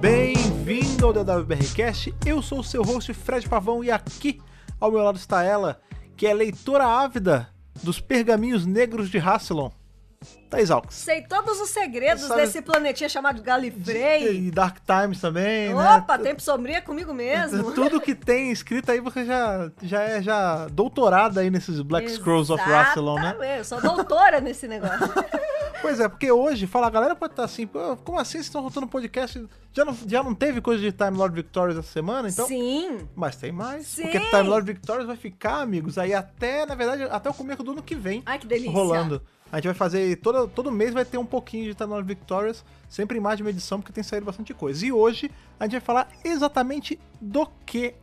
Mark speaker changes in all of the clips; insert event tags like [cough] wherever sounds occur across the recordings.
Speaker 1: Bem-vindo ao DWBRCast, eu sou o seu host Fred Pavão e aqui ao meu lado está ela, que é leitora ávida dos pergaminhos negros de Rassilon, Thais Alves.
Speaker 2: Sei todos os segredos
Speaker 1: Sabe-
Speaker 2: desse planetinha chamado Galifrey.
Speaker 1: E Dark Times também,
Speaker 2: Opa,
Speaker 1: né?
Speaker 2: tempo sombrio é comigo
Speaker 1: [laughs]
Speaker 2: mesmo.
Speaker 1: Tudo que tem escrito aí você já, já é já doutorada aí nesses Black Tá Scrolls of Rassilon, né?
Speaker 2: Exatamente, Eu sou doutora nesse negócio.
Speaker 1: Pois é, porque hoje, fala, a galera pode estar assim, "Pô, como assim vocês estão soltando podcast? Já não, já não teve coisa de Time Lord Victorious essa semana, [laughs] então?
Speaker 2: Sim.
Speaker 1: Mas tem mais.
Speaker 2: Sim.
Speaker 1: Porque Time Lord Victorious vai ficar, amigos, aí até, na verdade, até o começo do ano que vem.
Speaker 2: Ai, que delícia.
Speaker 1: Rolando. A gente vai fazer. Todo, todo mês vai ter um pouquinho de Time Lord Victorious, sempre em mais de uma edição, porque tem saído bastante coisa. E hoje a gente vai falar exatamente do que,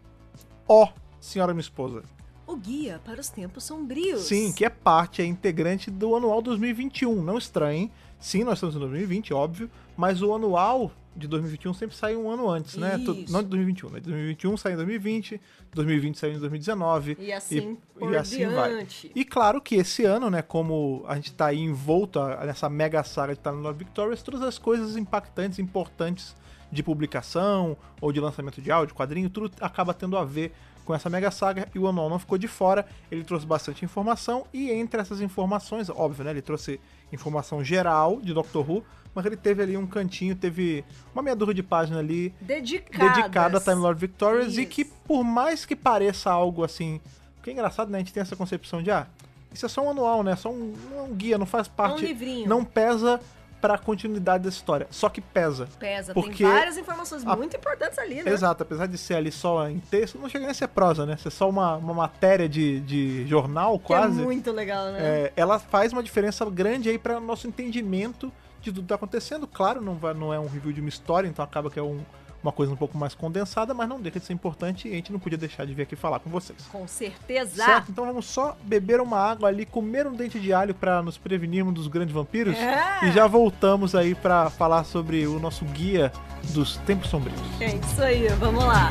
Speaker 1: ó, senhora minha esposa.
Speaker 2: O guia para os tempos sombrios.
Speaker 1: Sim, que é parte, é integrante do anual 2021. Não estranhem. Sim, nós estamos em 2020, óbvio. Mas o anual de 2021 sempre sai um ano antes, né? Tu-
Speaker 2: Isso.
Speaker 1: Não de 2021, né? De 2021 sai em 2020, 2020 sai em 2019.
Speaker 2: E assim
Speaker 1: é- e
Speaker 2: por
Speaker 1: assim vai.
Speaker 2: diante.
Speaker 1: E claro que esse ano, né, como a gente tá aí envolto a- nessa mega saga de Time Lord Victorious, todas as coisas impactantes, importantes de publicação ou de lançamento de áudio, quadrinho, tudo acaba tendo a ver com essa mega saga e o Anual não ficou de fora. Ele trouxe bastante informação e entre essas informações, óbvio, né, ele trouxe informação geral de Doctor Who, mas ele teve ali um cantinho, teve uma meia dúzia de página ali
Speaker 2: Dedicadas.
Speaker 1: dedicado a Time Lord Victorious e
Speaker 2: Isso.
Speaker 1: que por mais que pareça algo assim, porque é engraçado, né? A gente tem essa concepção de ah, isso é só um anual, né? É só um, um guia, não faz parte,
Speaker 2: É livrinho.
Speaker 1: não pesa pra continuidade dessa história. Só que pesa.
Speaker 2: Pesa,
Speaker 1: Porque
Speaker 2: tem várias informações
Speaker 1: a-
Speaker 2: muito importantes ali, né?
Speaker 1: Exato, apesar de ser ali só em texto, não chega nem a ser prosa, né? Ser só uma, uma matéria de, de jornal,
Speaker 2: Que é
Speaker 1: quase.
Speaker 2: muito legal, né?
Speaker 1: É, ela faz uma diferença grande aí para nosso entendimento de tudo que tá acontecendo. Claro, não, vai- não é um review de uma história, então acaba que é um- uma coisa um pouco mais condensada, mas não deixa de ser importante e a gente não podia deixar de vir aqui falar com vocês.
Speaker 2: Com certeza.
Speaker 1: Certo? Então vamos só beber uma água ali, comer um dente de alho para nos prevenirmos dos grandes vampiros.
Speaker 2: É.
Speaker 1: E já voltamos aí para falar sobre o nosso guia dos tempos sombrios.
Speaker 2: É isso aí, vamos lá.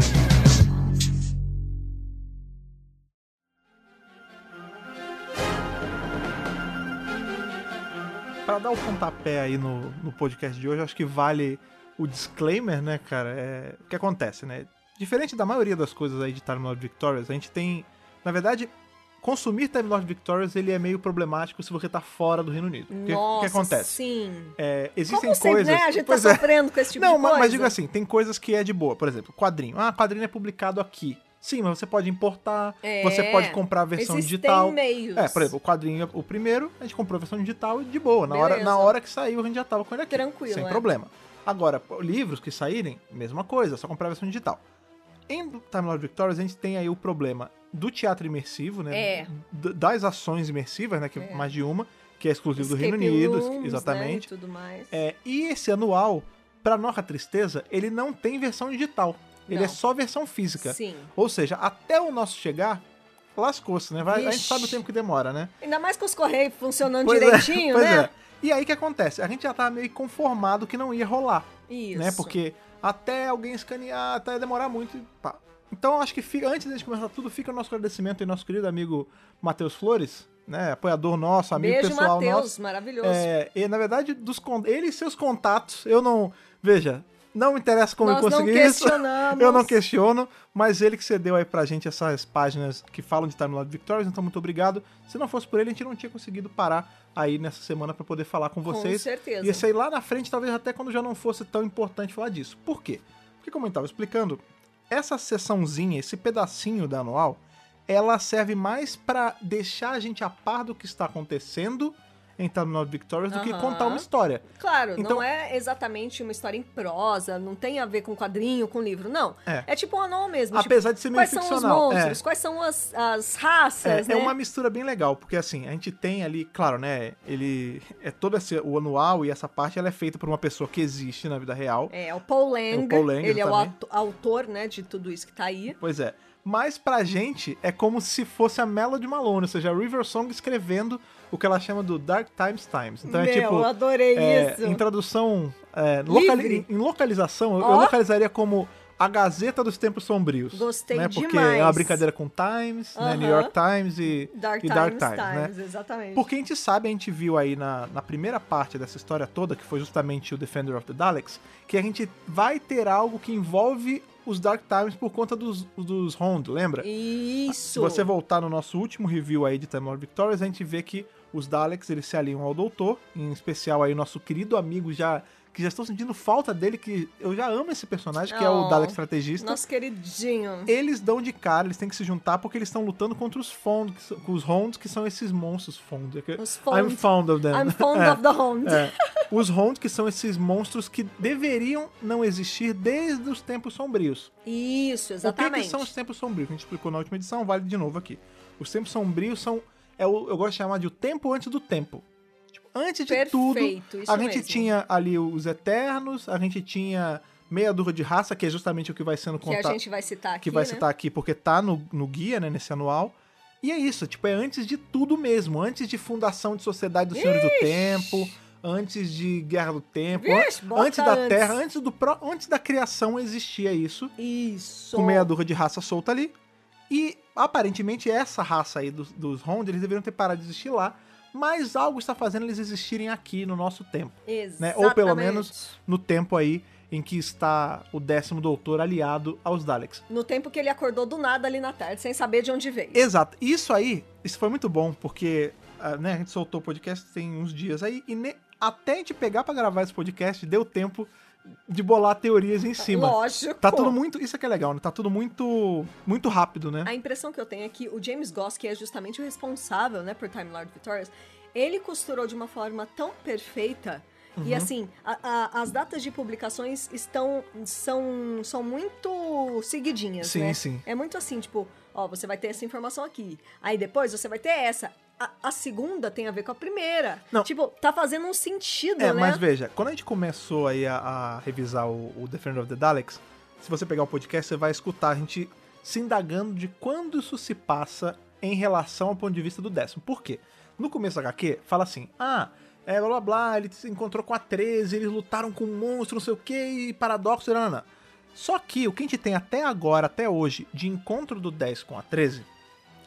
Speaker 1: Pra dar o pontapé aí no, no podcast de hoje, acho que vale o disclaimer, né, cara? É, o que acontece, né? Diferente da maioria das coisas aí de Time Lord Victorious, a gente tem. Na verdade, consumir Time Lord Victorious ele é meio problemático se você tá fora do Reino Unido. Porque O
Speaker 2: Nossa,
Speaker 1: que acontece?
Speaker 2: sim.
Speaker 1: É, existem
Speaker 2: Como sempre,
Speaker 1: coisas.
Speaker 2: né? A gente
Speaker 1: Pois
Speaker 2: tá
Speaker 1: é.
Speaker 2: sofrendo com esse tipo
Speaker 1: Não,
Speaker 2: de
Speaker 1: mas,
Speaker 2: coisa.
Speaker 1: mas digo assim, tem coisas que é de boa. Por exemplo, quadrinho. Ah, quadrinho é publicado aqui. Sim, mas você pode importar,
Speaker 2: É.
Speaker 1: você pode comprar a versão
Speaker 2: Existem
Speaker 1: digital.
Speaker 2: meios.
Speaker 1: É, por exemplo, o quadrinho, o primeiro, a gente comprou a versão digital e de boa. Na hora,
Speaker 2: Beleza.
Speaker 1: na hora que saiu, a gente já tava com ele aqui.
Speaker 2: Tranquilo,
Speaker 1: Sem
Speaker 2: é.
Speaker 1: problema. Agora, pô, livros que saírem, mesma coisa, é só comprar a versão digital. Em Time Lord Victorious, a gente tem aí o problema do teatro imersivo, né?
Speaker 2: É.
Speaker 1: D- Das ações imersivas, né? Que é
Speaker 2: É.
Speaker 1: mais de uma, que é exclusivo do Reino
Speaker 2: Escape
Speaker 1: Unido,
Speaker 2: rooms, né,
Speaker 1: exatamente.
Speaker 2: e tudo mais.
Speaker 1: É, e esse anual, pra nossa tristeza, ele não tem versão digital. Ele
Speaker 2: Não.
Speaker 1: é só versão física.
Speaker 2: Sim.
Speaker 1: Ou seja, até o nosso chegar, lascou-se, né? Vai- a gente
Speaker 2: Vixe.
Speaker 1: sabe o tempo que demora, né?
Speaker 2: Ainda mais com os correios funcionando
Speaker 1: Pois é,
Speaker 2: direitinho,
Speaker 1: [laughs] pois
Speaker 2: né?
Speaker 1: é. E aí o que acontece? A gente já tava meio conformado que não ia rolar,
Speaker 2: Isso.
Speaker 1: né? Porque até alguém escanear, até demorar muito, e pá. Então acho que fica, antes da gente começar tudo, fica o nosso agradecimento aí, nosso querido amigo Matheus Flores, né? Apoiador nosso, amigo
Speaker 2: Beijo,
Speaker 1: pessoal
Speaker 2: Matheus,
Speaker 1: nosso.
Speaker 2: maravilhoso.
Speaker 1: É, e na verdade, dos, con- ele e seus contatos, eu não. Veja, não me interessa como
Speaker 2: Nós
Speaker 1: eu
Speaker 2: não
Speaker 1: consegui isso.
Speaker 2: questionamos.
Speaker 1: Eu não questiono, mas ele que cedeu aí pra gente essas páginas que falam de Time Lord Victorious, então muito obrigado. Se não fosse por ele, a gente não tinha conseguido parar aí nessa semana pra poder falar com
Speaker 2: Com
Speaker 1: vocês.
Speaker 2: certeza.
Speaker 1: Ia sair lá na frente, talvez até quando já não fosse tão importante falar disso. Por quê? Porque, como eu estava explicando, essa sessãozinha, esse pedacinho da anual, ela serve mais pra deixar a gente a par do que está acontecendo em Time Lord Victorious do que
Speaker 2: Aham.
Speaker 1: contar uma história.
Speaker 2: Claro,
Speaker 1: Então-
Speaker 2: não é exatamente uma história em prosa, não tem a ver com quadrinho, com livro, não.
Speaker 1: É.
Speaker 2: tipo um anão mesmo. tipo,
Speaker 1: Apesar de ser meio
Speaker 2: quais são os
Speaker 1: ficcional. é.
Speaker 2: monstros, quais são as, as raças,
Speaker 1: É,
Speaker 2: né?
Speaker 1: é uma mistura bem legal, porque assim, a gente tem ali, claro, né? Ele. É todo esse, o anual e essa parte ela é feita por uma pessoa que existe na vida real.
Speaker 2: É, o Paul Lang,
Speaker 1: É o Paul Lang,
Speaker 2: ele é o
Speaker 1: também.
Speaker 2: ato- autor, né, de tudo isso que tá aí.
Speaker 1: Pois é. Mas pra gente é como se fosse a Melody Malone, ou seja, a River Song escrevendo o que ela chama do Dark Times Times. Então
Speaker 2: Meu,
Speaker 1: é tipo.
Speaker 2: eu adorei
Speaker 1: é,
Speaker 2: isso.
Speaker 1: em tradução. é, locali-
Speaker 2: Livre.
Speaker 1: em localização, eu, eu
Speaker 2: Ó.
Speaker 1: localizaria como A Gazeta dos Tempos Sombrios.
Speaker 2: Gostei
Speaker 1: né? Porque
Speaker 2: demais.
Speaker 1: é uma brincadeira com Times, né?
Speaker 2: Aham.
Speaker 1: New York Times e
Speaker 2: Dark
Speaker 1: e
Speaker 2: Times,
Speaker 1: Dark Times,
Speaker 2: Times,
Speaker 1: né?
Speaker 2: exatamente.
Speaker 1: Porque a gente sabe, a gente viu aí na, na primeira parte dessa história toda, que foi justamente o Defender of the Daleks, que a gente vai ter algo que envolve os Dark Times por conta dos, dos Rond, lembra? Se
Speaker 2: Isso.
Speaker 1: você voltar no nosso último review aí de Time Lord Victorious, a gente vê que os Daleks eles se aliam ao Doutor, em especial aí o nosso querido amigo já que já estou sentindo falta dele, que eu já amo esse personagem, que é o
Speaker 2: Oh,
Speaker 1: Dalek estrategista.
Speaker 2: Nosso queridinho.
Speaker 1: Eles dão de cara, eles têm que se juntar porque eles estão lutando contra os Fond, que são- os Hond, que são esses monstros Fond. é que-
Speaker 2: Os
Speaker 1: I'm
Speaker 2: fond.
Speaker 1: fond of them.
Speaker 2: I'm fond
Speaker 1: É.
Speaker 2: of the Hound.
Speaker 1: É. Os Hond, que são esses monstros que deveriam não existir desde os tempos sombrios.
Speaker 2: Isso,
Speaker 1: É. O que,
Speaker 2: exatamente.
Speaker 1: que são os tempos sombrios? Que a gente explicou na última edição, vale de novo aqui. Os tempos sombrios são. É o, eu gosto de chamar de o tempo antes do tempo. Tipo, antes de tudo,
Speaker 2: Perfeito, isso
Speaker 1: a gente
Speaker 2: mesmo.
Speaker 1: tinha ali os Eternos, a gente tinha meia dúzia de raça, que é justamente o que vai sendo
Speaker 2: que a
Speaker 1: contado
Speaker 2: gente vai citar aqui,
Speaker 1: que vai
Speaker 2: né?
Speaker 1: citar aqui, porque tá no, no guia, né, nesse anual. E é isso, tipo, é antes de tudo mesmo, antes de fundação de Sociedade dos Senhores do Tempo, antes de Guerra do Tempo, an-
Speaker 2: Vixe, bota
Speaker 1: antes da Terra, antes do pró- antes da criação existia isso,
Speaker 2: Isso.
Speaker 1: com meia dúzia de raça solta ali. E aparentemente essa raça aí dos, dos Hond, eles deveriam ter parado de existir lá, mas algo está fazendo eles existirem aqui no nosso tempo né? Ou pelo
Speaker 2: Exatamente.
Speaker 1: menos- no tempo aí em que está o décimo doutor aliado aos Daleks.
Speaker 2: No tempo que ele acordou do nada ali na tarde, sem saber de onde veio.
Speaker 1: Exato. Isso aí, isso foi muito bom, porque ah, né, a gente soltou o podcast tem uns dias aí, e ne- até a gente pegar pra gravar esse podcast, deu tempo de bolar teorias em cima.
Speaker 2: Lógico.
Speaker 1: Tá tudo muito. Isso é que é legal, né? Tá tudo muito. Muito rápido, né?
Speaker 2: A impressão que eu tenho é que o James Goss, que é justamente o responsável, né, por Time Lord Victorious, ele costurou de uma forma tão perfeita. E
Speaker 1: Uhum.
Speaker 2: assim, a- a- as datas de publicações estão são, são muito seguidinhas,
Speaker 1: Sim,
Speaker 2: né?
Speaker 1: sim.
Speaker 2: É muito assim, tipo, ó, você vai ter essa informação aqui. Aí depois você vai ter essa. A, a segunda tem a ver com a primeira.
Speaker 1: Não.
Speaker 2: Tipo, tá fazendo um sentido,
Speaker 1: É,
Speaker 2: né?
Speaker 1: mas veja, quando a gente começou aí a, a revisar o, o Defender of the Daleks, se você pegar o podcast, você vai escutar a gente se indagando de quando isso se passa em relação ao ponto de vista do décimo. Por quê? No começo da HQ, fala assim, ah, é, blá blá blá, ele se encontrou com a 13, eles lutaram com um monstro, não sei o que, e paradoxo, não, não, não. Só que o que a gente tem até agora, até hoje, de encontro do 10 com a 13,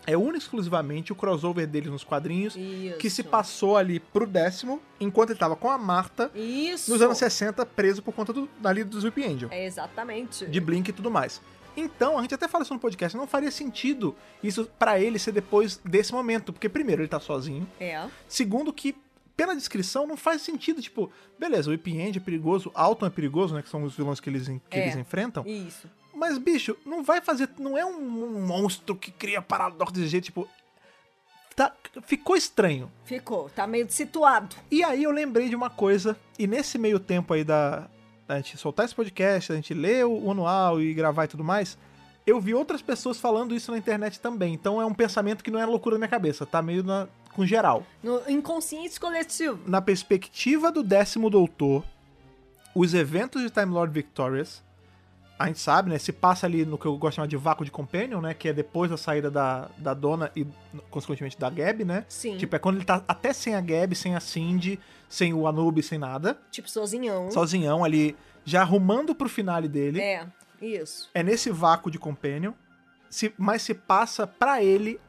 Speaker 1: é único exclusivamente o crossover deles nos quadrinhos
Speaker 2: Isso.
Speaker 1: que se passou ali pro décimo, enquanto ele tava com a Marta,
Speaker 2: Isso.
Speaker 1: nos anos 60, preso por conta do, ali dos Whip Angel,
Speaker 2: É, exatamente.
Speaker 1: de Blink e tudo mais. Então, a gente até fala isso no podcast, não faria sentido isso pra ele ser depois desse momento, porque primeiro ele tá sozinho,
Speaker 2: É.
Speaker 1: segundo que pela descrição não faz sentido, tipo, beleza, o Whip Angel é perigoso, Alton é perigoso, né, que são os vilões que eles, en- que
Speaker 2: É.
Speaker 1: eles enfrentam,
Speaker 2: Isso.
Speaker 1: mas, bicho, não vai fazer. Não é um, um monstro que cria paradoxo desse jeito, tipo. tá- ficou estranho.
Speaker 2: Ficou, tá meio situado.
Speaker 1: E aí eu lembrei de uma coisa, e nesse meio tempo aí da, da gente soltar esse podcast, a gente ler o, o anual e gravar e tudo mais, eu vi outras pessoas falando isso na internet também. Então é um pensamento que não é loucura na minha cabeça, tá meio na, com geral.
Speaker 2: No inconsciente coletivo.
Speaker 1: Na perspectiva do décimo doutor, os eventos de Time Lord Victorious, a gente sabe, né? Se passa ali no que eu gosto de chamar de vácuo de Companion, né? Que é depois da saída da, da dona e, consequentemente, da Gab, né?
Speaker 2: Sim. Tipo,
Speaker 1: Tipo, é quando ele tá até sem a Gab, sem a Cindy, sem o Anubis, sem nada.
Speaker 2: tipo sozinhão.
Speaker 1: Sozinhão ali, já arrumando pro finale dele. É,
Speaker 2: Uhum. É, isso.
Speaker 1: nesse vácuo de Companion. se- mas se passa pra ele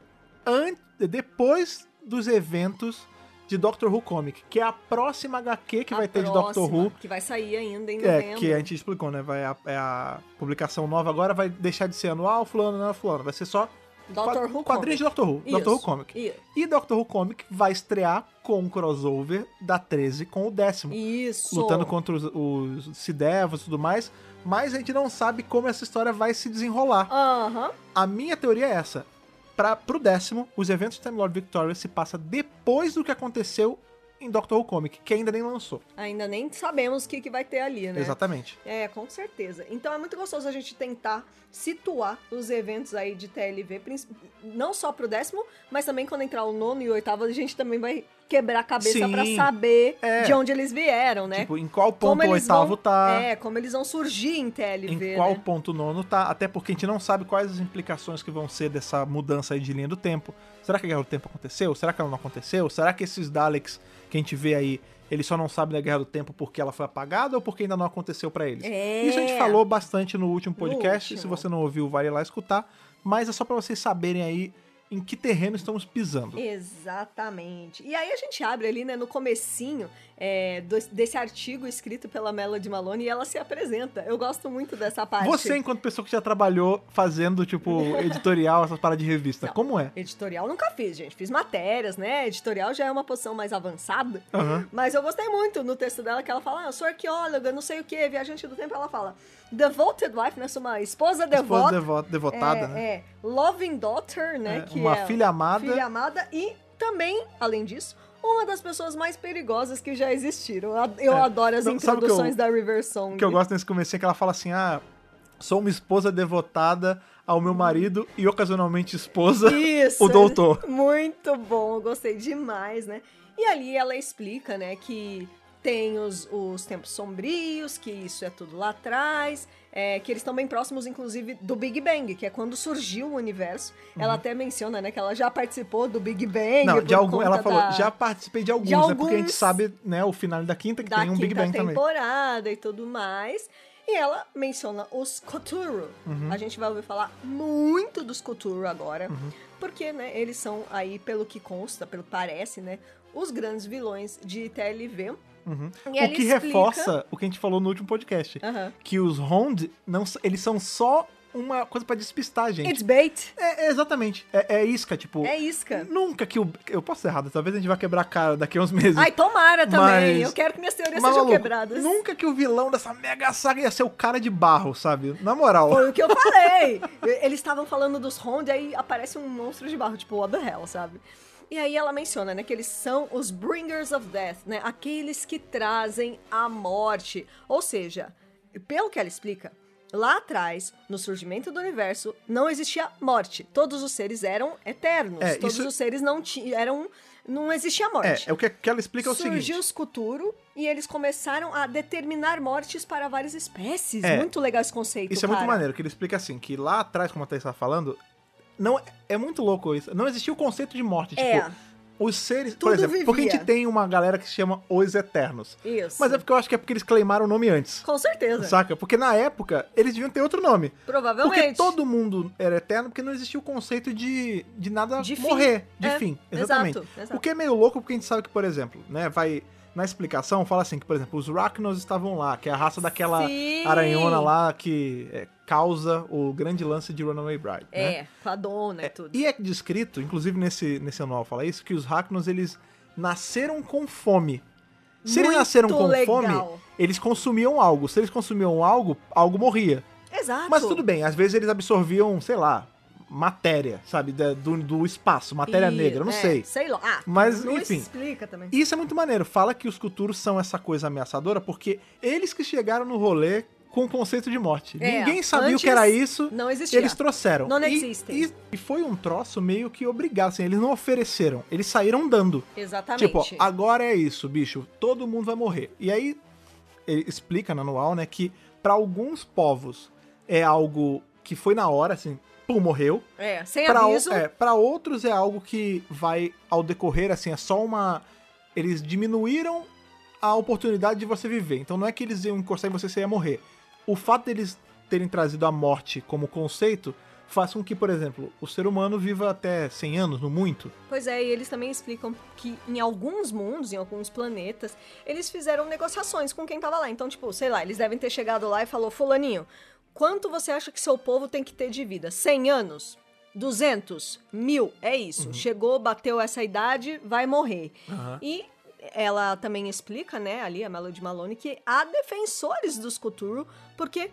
Speaker 1: an- depois dos eventos de Doctor Who Comic, que é a próxima HQ que
Speaker 2: A
Speaker 1: vai ter de Doctor
Speaker 2: próxima,
Speaker 1: Who.
Speaker 2: Que vai sair ainda em
Speaker 1: É,
Speaker 2: novembro.
Speaker 1: que a gente explicou, né? Vai a, é a publicação nova agora vai deixar de ser anual, fulano, não, fulano. Vai ser só
Speaker 2: Doctor
Speaker 1: quad-
Speaker 2: Who
Speaker 1: quadrinhos de Doctor Who.
Speaker 2: Comic.
Speaker 1: Doctor Who
Speaker 2: Isso,
Speaker 1: Comic.
Speaker 2: i-
Speaker 1: E Doctor Who Comic vai estrear com o crossover da 13 com o décimo.
Speaker 2: Isso.
Speaker 1: Lutando contra os, os Sidevos e tudo mais. Mas a gente não sabe como essa história vai se desenrolar.
Speaker 2: Aham.
Speaker 1: A minha teoria é essa. Pra, pro décimo, os eventos de Time Lord Victoria se passa depois do que aconteceu em Doctor Who Comic, que ainda nem lançou.
Speaker 2: Ainda nem sabemos o que, que vai ter ali, né?
Speaker 1: Exatamente.
Speaker 2: É, com certeza. Então é muito gostoso a gente tentar situar os eventos aí de TLV, princi- não só pro décimo, mas também quando entrar o nono e o oitavo, a gente também vai quebrar a cabeça
Speaker 1: Sim.
Speaker 2: pra saber
Speaker 1: É.
Speaker 2: de onde eles vieram, né?
Speaker 1: Tipo, em qual ponto o
Speaker 2: eles
Speaker 1: oitavo
Speaker 2: vão-
Speaker 1: tá.
Speaker 2: É, como eles vão surgir em TLV,
Speaker 1: em
Speaker 2: né?
Speaker 1: qual ponto o nono tá, até porque a gente não sabe quais as implicações que vão ser dessa mudança aí de linha do tempo. Será que a Guerra do Tempo aconteceu? Será que ela não aconteceu? Será que esses Daleks que a gente vê aí, Ele só não sabe da Guerra do Tempo porque ela foi apagada ou porque ainda não aconteceu pra eles.
Speaker 2: É.
Speaker 1: Isso a gente falou bastante no último podcast.
Speaker 2: último.
Speaker 1: Se você não ouviu, vai lá escutar. Mas é só pra vocês saberem aí em que terreno estamos pisando.
Speaker 2: Exatamente. E aí a gente abre ali, né, no comecinho é, do- desse artigo escrito pela Melody Malone e ela se apresenta. Eu gosto muito dessa parte.
Speaker 1: Você, enquanto pessoa que já trabalhou fazendo,
Speaker 2: [laughs]
Speaker 1: tipo, editorial, essas paradas de revista,
Speaker 2: Não.
Speaker 1: como é?
Speaker 2: Editorial nunca fiz, gente. Fiz matérias, né? Editorial já é uma posição mais avançada.
Speaker 1: Aham.
Speaker 2: Mas eu gostei muito no texto dela que ela fala: ah, eu sou arqueóloga, não sei o quê, viajante do tempo. Ela fala: Devoted wife, né? Sou uma esposa
Speaker 1: Esposa
Speaker 2: devota.
Speaker 1: devo- devotada,
Speaker 2: é,
Speaker 1: né?
Speaker 2: é, loving daughter, né?
Speaker 1: É,
Speaker 2: que
Speaker 1: uma
Speaker 2: é
Speaker 1: filha amada.
Speaker 2: filha amada e também, além disso, uma das pessoas mais perigosas que já existiram. Eu- Eu
Speaker 1: É.
Speaker 2: adoro as
Speaker 1: Não, sabe o que eu-
Speaker 2: introduções da River Song.
Speaker 1: O que eu gosto nesse comecinho é que ela fala assim, ah, sou uma esposa devotada ao meu marido e ocasionalmente esposa. [laughs]
Speaker 2: Isso.
Speaker 1: O doutor.
Speaker 2: Muito bom, eu gostei demais, né? E ali ela explica, né, que tem os, os tempos sombrios, que isso é tudo lá atrás, é, que eles estão bem próximos, inclusive, do Big Bang, que é quando surgiu o universo. Ela até menciona, né, que ela já participou do Big Bang.
Speaker 1: Uhum. Não,
Speaker 2: por
Speaker 1: de algum,
Speaker 2: conta
Speaker 1: ela falou,
Speaker 2: da-
Speaker 1: já participei de alguns,
Speaker 2: de
Speaker 1: né? Porque a gente
Speaker 2: alguns.
Speaker 1: sabe, né, o final da quinta, que
Speaker 2: da
Speaker 1: tem um
Speaker 2: quinta
Speaker 1: Big Bang também.
Speaker 2: temporada e tudo mais. E ela menciona os Koturo.
Speaker 1: Uhum.
Speaker 2: A gente vai ouvir falar muito dos Koturo agora, porque né, eles são aí, pelo que consta, pelo que parece, né, os grandes vilões de TLV.
Speaker 1: Uhum.
Speaker 2: E ela
Speaker 1: O que
Speaker 2: explica- Ah.
Speaker 1: reforça o que a gente falou no último podcast.
Speaker 2: Aham.
Speaker 1: Que os Hond, não, s- eles são só uma coisa pra despistar, a gente.
Speaker 2: It's bait.
Speaker 1: É, é exatamente. É, é isca, tipo...
Speaker 2: É isca.
Speaker 1: Nunca que o... Eu posso ser errado, talvez a gente vá quebrar a cara daqui a uns meses.
Speaker 2: Ai, tomara também.
Speaker 1: Mas-
Speaker 2: Eu quero que minhas teorias
Speaker 1: Mas,
Speaker 2: sejam
Speaker 1: maluco,
Speaker 2: quebradas.
Speaker 1: Nunca que o vilão dessa mega saga ia ser o cara de barro, sabe? Na moral.
Speaker 2: Foi o que eu falei. Eles estavam falando dos Honda e aí aparece um monstro de barro, tipo, what the hell, sabe? E aí ela menciona, né, que eles são os bringers of death, né? Aqueles que trazem a morte. Ou seja, pelo que ela explica, lá atrás, no surgimento do universo, não existia morte. Todos os seres eram eternos.
Speaker 1: É,
Speaker 2: Todos
Speaker 1: isso-
Speaker 2: os seres não ti- eram não existia
Speaker 1: É,
Speaker 2: morte.
Speaker 1: é o que, que ela explica é o
Speaker 2: Surgiu
Speaker 1: seguinte.
Speaker 2: os Kuturo e eles começaram a determinar mortes para várias espécies.
Speaker 1: É.
Speaker 2: muito legal esse conceito.
Speaker 1: Isso é muito
Speaker 2: cara.
Speaker 1: maneiro, que ele explica assim, que lá atrás, como a Thaís tá falando, não, é muito louco isso. Não existia o conceito de morte, tipo,
Speaker 2: É.
Speaker 1: os seres... por
Speaker 2: Tudo
Speaker 1: exemplo, porque a
Speaker 2: vivia.
Speaker 1: gente tem uma galera que se chama Os Eternos.
Speaker 2: Isso.
Speaker 1: Mas é porque eu acho que é porque eles claimaram o nome antes.
Speaker 2: Com certeza.
Speaker 1: Saca? Porque na época, eles deviam ter outro nome. Porque
Speaker 2: Provavelmente.
Speaker 1: todo mundo era eterno, porque não existia o conceito de, de nada
Speaker 2: De fim.
Speaker 1: morrer. De
Speaker 2: É,
Speaker 1: fim,
Speaker 2: exato,
Speaker 1: exatamente.
Speaker 2: exato.
Speaker 1: O que é meio louco, porque a gente sabe que, por exemplo, né, vai... Na explicação, fala assim, que, por exemplo, os Rachnos estavam lá, que é a raça daquela
Speaker 2: Sim.
Speaker 1: aranhona lá que é, causa o grande lance de Runaway Bride, né?
Speaker 2: É, com a dona e tudo.
Speaker 1: E é descrito, inclusive nesse, nesse anual fala isso, que os Rachnos, eles nasceram com fome. Se eles
Speaker 2: Muito
Speaker 1: nasceram com
Speaker 2: legal.
Speaker 1: fome, eles consumiam algo. Se eles consumiam algo, algo morria.
Speaker 2: Exato.
Speaker 1: Mas tudo bem, às vezes eles absorviam, sei lá, matéria, sabe, da- do, do espaço, matéria
Speaker 2: E-
Speaker 1: negra, eu não
Speaker 2: é,
Speaker 1: sei.
Speaker 2: Sei lá. Ah,
Speaker 1: Mas,
Speaker 2: não
Speaker 1: enfim.
Speaker 2: explica também.
Speaker 1: E isso é muito maneiro. Fala que os culturos são essa coisa ameaçadora porque eles que chegaram no rolê com o conceito de morte.
Speaker 2: É,
Speaker 1: Ninguém sabia o
Speaker 2: antes
Speaker 1: que era isso.
Speaker 2: Não existia.
Speaker 1: Eles trouxeram.
Speaker 2: Não
Speaker 1: E-
Speaker 2: existem.
Speaker 1: E, e foi um troço meio que obrigado, assim, eles não ofereceram, eles saíram dando.
Speaker 2: Exatamente.
Speaker 1: Tipo, ó, agora é isso, bicho, todo mundo vai morrer. E aí, ele explica no anual, né, que pra alguns povos é algo que foi na hora, assim, pum, morreu.
Speaker 2: É, sem
Speaker 1: Pra, o-
Speaker 2: aviso.
Speaker 1: é, pra outros é algo que vai ao decorrer, assim, é só uma. Eles diminuíram a oportunidade de você viver. Então não é que eles iam encostar em você e você ia morrer. O fato deles terem trazido a morte como conceito faz com que, por exemplo, o ser humano viva até 100 anos, no muito.
Speaker 2: Pois é, e eles também explicam que em alguns mundos, em alguns planetas, eles fizeram negociações com quem tava lá. Então, tipo, sei lá, eles devem ter chegado lá e falou: Fulaninho, quanto você acha que seu povo tem que ter de vida? 100 anos? 200? Mil? É isso. Chegou, bateu essa idade, vai morrer. E. Ela também explica, né, ali, a Melody Malone, que há defensores dos Kuturo, porque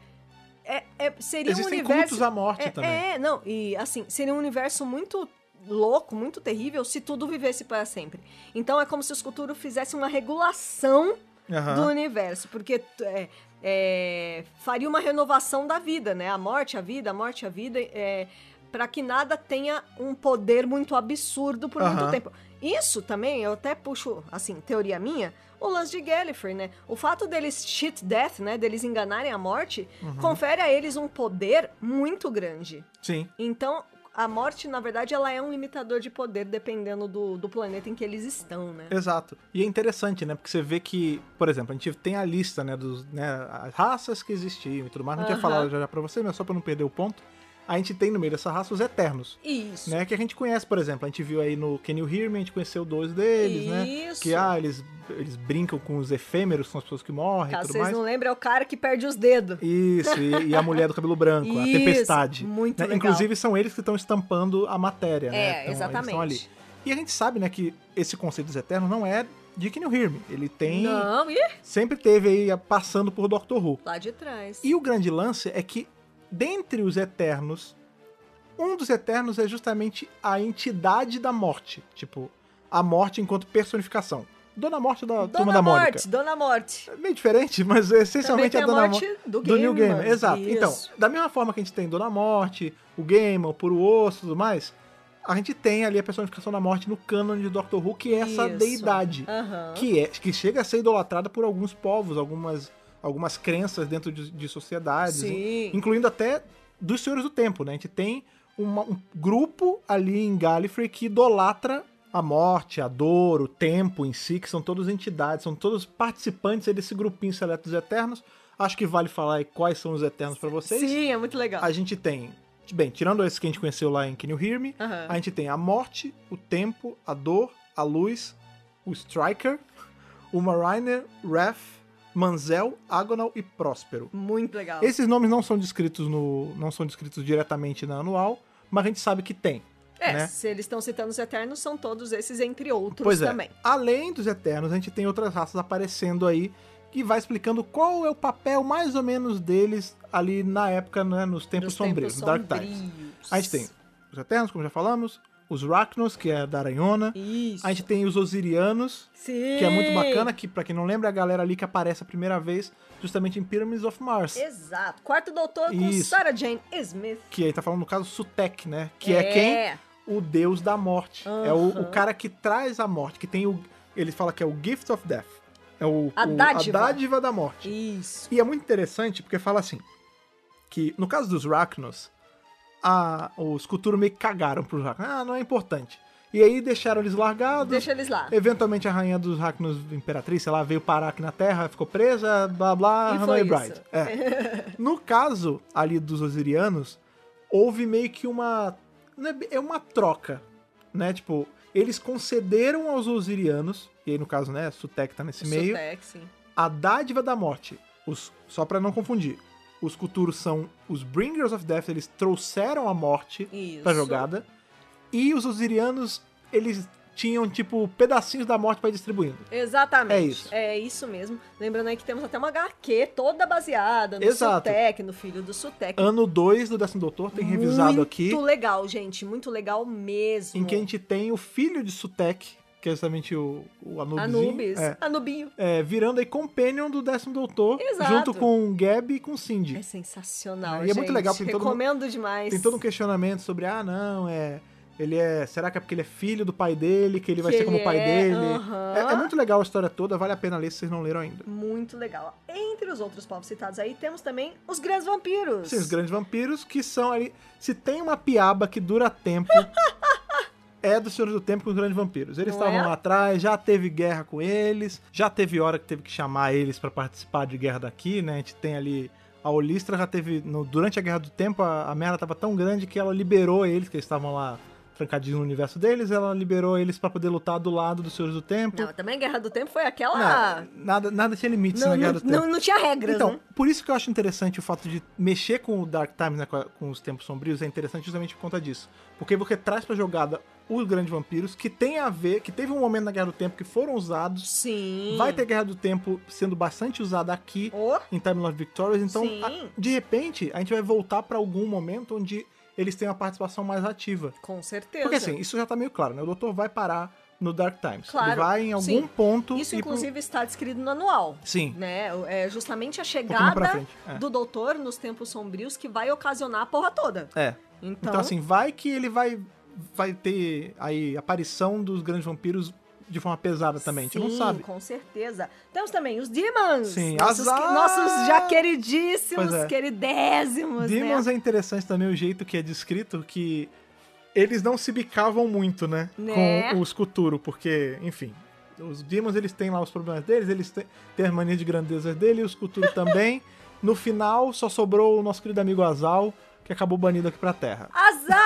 Speaker 2: é, é- seria
Speaker 1: Existem
Speaker 2: um universo...
Speaker 1: cultos à morte
Speaker 2: é,
Speaker 1: também.
Speaker 2: É, não, e assim, seria um universo muito louco, muito terrível, se tudo vivesse para sempre. Então é como se os Kuturo fizessem uma regulação
Speaker 1: Aham.
Speaker 2: do universo, porque t- é, é, faria uma renovação da vida, né? A morte, a vida, a morte, a vida, é, para que nada tenha um poder muito absurdo por muito
Speaker 1: Aham.
Speaker 2: tempo. Isso também, eu até puxo, assim, teoria minha, o lance de Gallifrey, né? O fato deles cheat death, né? Deles
Speaker 1: Uhum.
Speaker 2: enganarem a morte, confere a eles um poder muito grande.
Speaker 1: Sim.
Speaker 2: Então, a morte, na verdade, ela é um limitador de poder dependendo do, do planeta em que eles estão, né?
Speaker 1: Exato. E é interessante, né? Porque você vê que, por exemplo, a gente tem a lista, né, dos, né, as raças que existiam e tudo mais. Não tinha
Speaker 2: Aham.
Speaker 1: falado já, já pra você, mas só pra não perder o ponto. A gente tem no meio dessa raça os Eternos.
Speaker 2: Isso.
Speaker 1: Né, que a gente conhece, por exemplo, a gente viu aí no Can You Hear Me, a gente conheceu dois deles, né?
Speaker 2: Isso.
Speaker 1: Que ah, eles, eles brincam com os efêmeros, são as pessoas que morrem e
Speaker 2: Caso
Speaker 1: tudo
Speaker 2: vocês
Speaker 1: mais.
Speaker 2: não lembrem, é o cara que perde os dedos.
Speaker 1: Isso, e, e a mulher do cabelo branco, a
Speaker 2: [laughs] Isso,
Speaker 1: tempestade.
Speaker 2: muito
Speaker 1: né?
Speaker 2: legal.
Speaker 1: Inclusive, são eles que estão estampando a matéria, né?
Speaker 2: É,
Speaker 1: Então, eles estão ali.
Speaker 2: exatamente.
Speaker 1: E a gente sabe, né, que esse conceito dos eternos não é de Can You Hear Me. Ele tem.
Speaker 2: Não, ih,
Speaker 1: Sempre teve aí a- passando por Doctor Who.
Speaker 2: lá de trás.
Speaker 1: E o grande lance é que, dentre os Eternos, um dos Eternos é justamente a entidade da morte. Tipo, a morte enquanto personificação. Dona Morte é da
Speaker 2: Dona
Speaker 1: Turma da Mônica.
Speaker 2: Morte, Dona Morte.
Speaker 1: É meio diferente, mas é essencialmente
Speaker 2: Também
Speaker 1: a
Speaker 2: tem
Speaker 1: Dona
Speaker 2: a
Speaker 1: Morte
Speaker 2: morte do,
Speaker 1: do New
Speaker 2: Gaiman.
Speaker 1: Gamer. Exato.
Speaker 2: Isso.
Speaker 1: Então, da mesma forma que a gente tem Dona Morte, o Gamer, o Puro Osso e tudo mais, a gente tem ali a personificação da morte no cânone de Doctor Who, que é essa
Speaker 2: Isso.
Speaker 1: deidade.
Speaker 2: Aham.
Speaker 1: Que, é, que chega a ser idolatrada por alguns povos, algumas, algumas crenças dentro de, de sociedades,
Speaker 2: Sim.
Speaker 1: incluindo até dos Senhores do Tempo, né? A gente tem uma- um grupo ali em Gallifrey que idolatra a morte, a dor, o tempo em si, que são todas entidades, são todos participantes aí desse grupinho seleto dos Eternos. Acho que vale falar aí quais são os Eternos pra vocês.
Speaker 2: Sim, é muito legal.
Speaker 1: A gente tem, bem, tirando esse que a gente conheceu lá em Can You Hear Me,
Speaker 2: Aham.
Speaker 1: a gente tem a morte, o tempo, a dor, a luz, o Striker, o Mariner, Wrath, Manzel, Agonal e Próspero.
Speaker 2: Muito legal.
Speaker 1: Esses nomes não são descritos no, não são descritos diretamente na anual, mas a gente sabe que tem.
Speaker 2: é,
Speaker 1: né?
Speaker 2: se eles estão citando os Eternos, são todos esses, entre outros
Speaker 1: Pois é.
Speaker 2: também.
Speaker 1: Além dos Eternos, a gente tem outras raças aparecendo aí que vai explicando qual é o papel mais ou menos deles ali na época, né, nos tempos
Speaker 2: Dos
Speaker 1: sombrios,
Speaker 2: tempos
Speaker 1: no Dark Times.
Speaker 2: sombrios.
Speaker 1: A gente tem os Eternos, como já falamos, os Rachnos, que é da Aranhona,
Speaker 2: Isso.
Speaker 1: a gente tem os Osirianos,
Speaker 2: Sim.
Speaker 1: que é muito bacana, que pra quem não lembra, é a galera ali que aparece a primeira vez justamente em Pyramids of Mars.
Speaker 2: Exato. Quarto doutor com
Speaker 1: Isso.
Speaker 2: Sarah Jane Smith.
Speaker 1: Que aí tá falando no caso Sutek, né? Que é, quem? O deus da morte. É o,
Speaker 2: Aham.
Speaker 1: o cara que traz a morte, que tem o. Ele fala que é o Gift of Death. É o,
Speaker 2: A
Speaker 1: o-
Speaker 2: dádiva.
Speaker 1: a dádiva da morte.
Speaker 2: Isso.
Speaker 1: E é muito interessante porque fala assim: que no caso dos Rachnos, a- os Culturo meio que cagaram pros Rachnos. Ah, não é importante. E aí deixaram eles largados.
Speaker 2: Deixa eles lá.
Speaker 1: Eventualmente a rainha dos Rachnos Imperatriz, sei lá, veio parar aqui na Terra, ficou presa, blá blá,
Speaker 2: E
Speaker 1: Hannah
Speaker 2: foi
Speaker 1: e Bride.
Speaker 2: isso.
Speaker 1: tá
Speaker 2: [laughs]
Speaker 1: É. No caso ali dos Osirianos, houve meio que uma. não é bem- É uma troca, né? Tipo, eles concederam aos Osirianos, e aí no caso, né, Sutek tá nesse meio,
Speaker 2: Sutec, sim.
Speaker 1: a dádiva da morte. Os, só pra não confundir. Os Culturos são os Bringers of Death, eles trouxeram a morte
Speaker 2: Isso.
Speaker 1: pra jogada. E os Osirianos, eles tinham, tipo, pedacinhos da morte pra ir distribuindo.
Speaker 2: Exatamente.
Speaker 1: É isso.
Speaker 2: É isso mesmo. Lembrando aí que temos até uma HQ toda baseada no
Speaker 1: Exato.
Speaker 2: Sutec, no filho do Sutec.
Speaker 1: Ano 2 do Décimo Doutor tem revisado aqui,
Speaker 2: Muito legal, gente. Muito legal mesmo.
Speaker 1: em que a gente tem o filho de Sutek, que é justamente o, o Anubzinho,
Speaker 2: Anubis.
Speaker 1: É,
Speaker 2: Anubinho.
Speaker 1: é, virando aí companion do Décimo Doutor,
Speaker 2: Exato.
Speaker 1: junto com o Gab e com o Cindy.
Speaker 2: É sensacional,
Speaker 1: É, e é muito
Speaker 2: gente.
Speaker 1: legal, porque todo mundo-
Speaker 2: Recomendo demais.
Speaker 1: Tem todo um questionamento sobre, ah, não, é... Ele é... Será que é porque ele é filho do pai dele, que ele vai
Speaker 2: Que
Speaker 1: ser como o
Speaker 2: ele
Speaker 1: pai
Speaker 2: é,
Speaker 1: dele?
Speaker 2: aham.
Speaker 1: É- é muito legal a história toda, vale a pena ler se vocês não leram ainda.
Speaker 2: Muito legal. Entre os outros povos citados aí, temos também os grandes vampiros.
Speaker 1: Sim, os grandes vampiros que são ali. Se tem uma piaba que dura
Speaker 2: [laughs]
Speaker 1: tempo. É dos Senhores do Tempo com os grandes vampiros. Eles
Speaker 2: Não
Speaker 1: estavam
Speaker 2: é?
Speaker 1: lá atrás, já teve guerra com eles, já teve hora que teve que chamar eles pra participar de guerra daqui, né? A gente tem ali. A Olistra já teve. no- durante a Guerra do Tempo, a, a merda tava tão grande que ela liberou eles, que eles estavam lá trancadinhos no universo deles, ela liberou eles pra poder lutar do lado dos Senhores do Tempo.
Speaker 2: Não, também Guerra do Tempo foi aquela.
Speaker 1: Na- nada, nada tinha limite
Speaker 2: Não,
Speaker 1: na Guerra
Speaker 2: não,
Speaker 1: do Tempo.
Speaker 2: não- não tinha regras,
Speaker 1: Então,
Speaker 2: né?
Speaker 1: por isso que eu acho interessante o fato de mexer com o Dark Times, né, com, a- com os tempos sombrios, é interessante justamente por conta disso. Porque você traz pra jogada os grandes vampiros, que tem a ver, que teve um momento na Guerra do Tempo que foram usados.
Speaker 2: Sim.
Speaker 1: Vai ter Guerra do Tempo sendo bastante usada aqui
Speaker 2: Oh,
Speaker 1: em Time Lord Victorious, então
Speaker 2: Sim.
Speaker 1: a- de repente a gente vai voltar pra algum momento onde eles têm uma participação mais ativa.
Speaker 2: com certeza.
Speaker 1: Porque assim, isso já tá meio claro, né? O doutor vai parar no Dark Times. Ele
Speaker 2: Claro,
Speaker 1: vai em algum
Speaker 2: sim.
Speaker 1: ponto
Speaker 2: Isso,
Speaker 1: ir pro-
Speaker 2: inclusive, está descrito no anual.
Speaker 1: Sim. um
Speaker 2: Né? É justamente a
Speaker 1: pouquinho pra
Speaker 2: chegada
Speaker 1: frente, é.
Speaker 2: do doutor nos tempos sombrios que vai ocasionar a porra toda.
Speaker 1: É.
Speaker 2: Então,
Speaker 1: Então, assim, vai que ele vai, vai ter aí aparição dos grandes vampiros de forma pesada também. a gente não
Speaker 2: sim,
Speaker 1: sabe.
Speaker 2: com certeza. Temos também os Demons.
Speaker 1: Sim,
Speaker 2: nossos,
Speaker 1: azar!
Speaker 2: nossos já queridíssimos,
Speaker 1: Pois é.
Speaker 2: queridésimos,
Speaker 1: Demons
Speaker 2: né?
Speaker 1: é interessante também o jeito que é descrito, que Eles não se bicavam muito, né?
Speaker 2: Né?
Speaker 1: Com os Cthulhu, porque, enfim. Os Demons, eles têm lá os problemas deles, eles têm, têm as manias de grandeza dele, e os
Speaker 2: [laughs]
Speaker 1: Cthulhu também. No final, só sobrou o nosso querido amigo Azal, que acabou banido aqui pra Terra.
Speaker 2: Azar!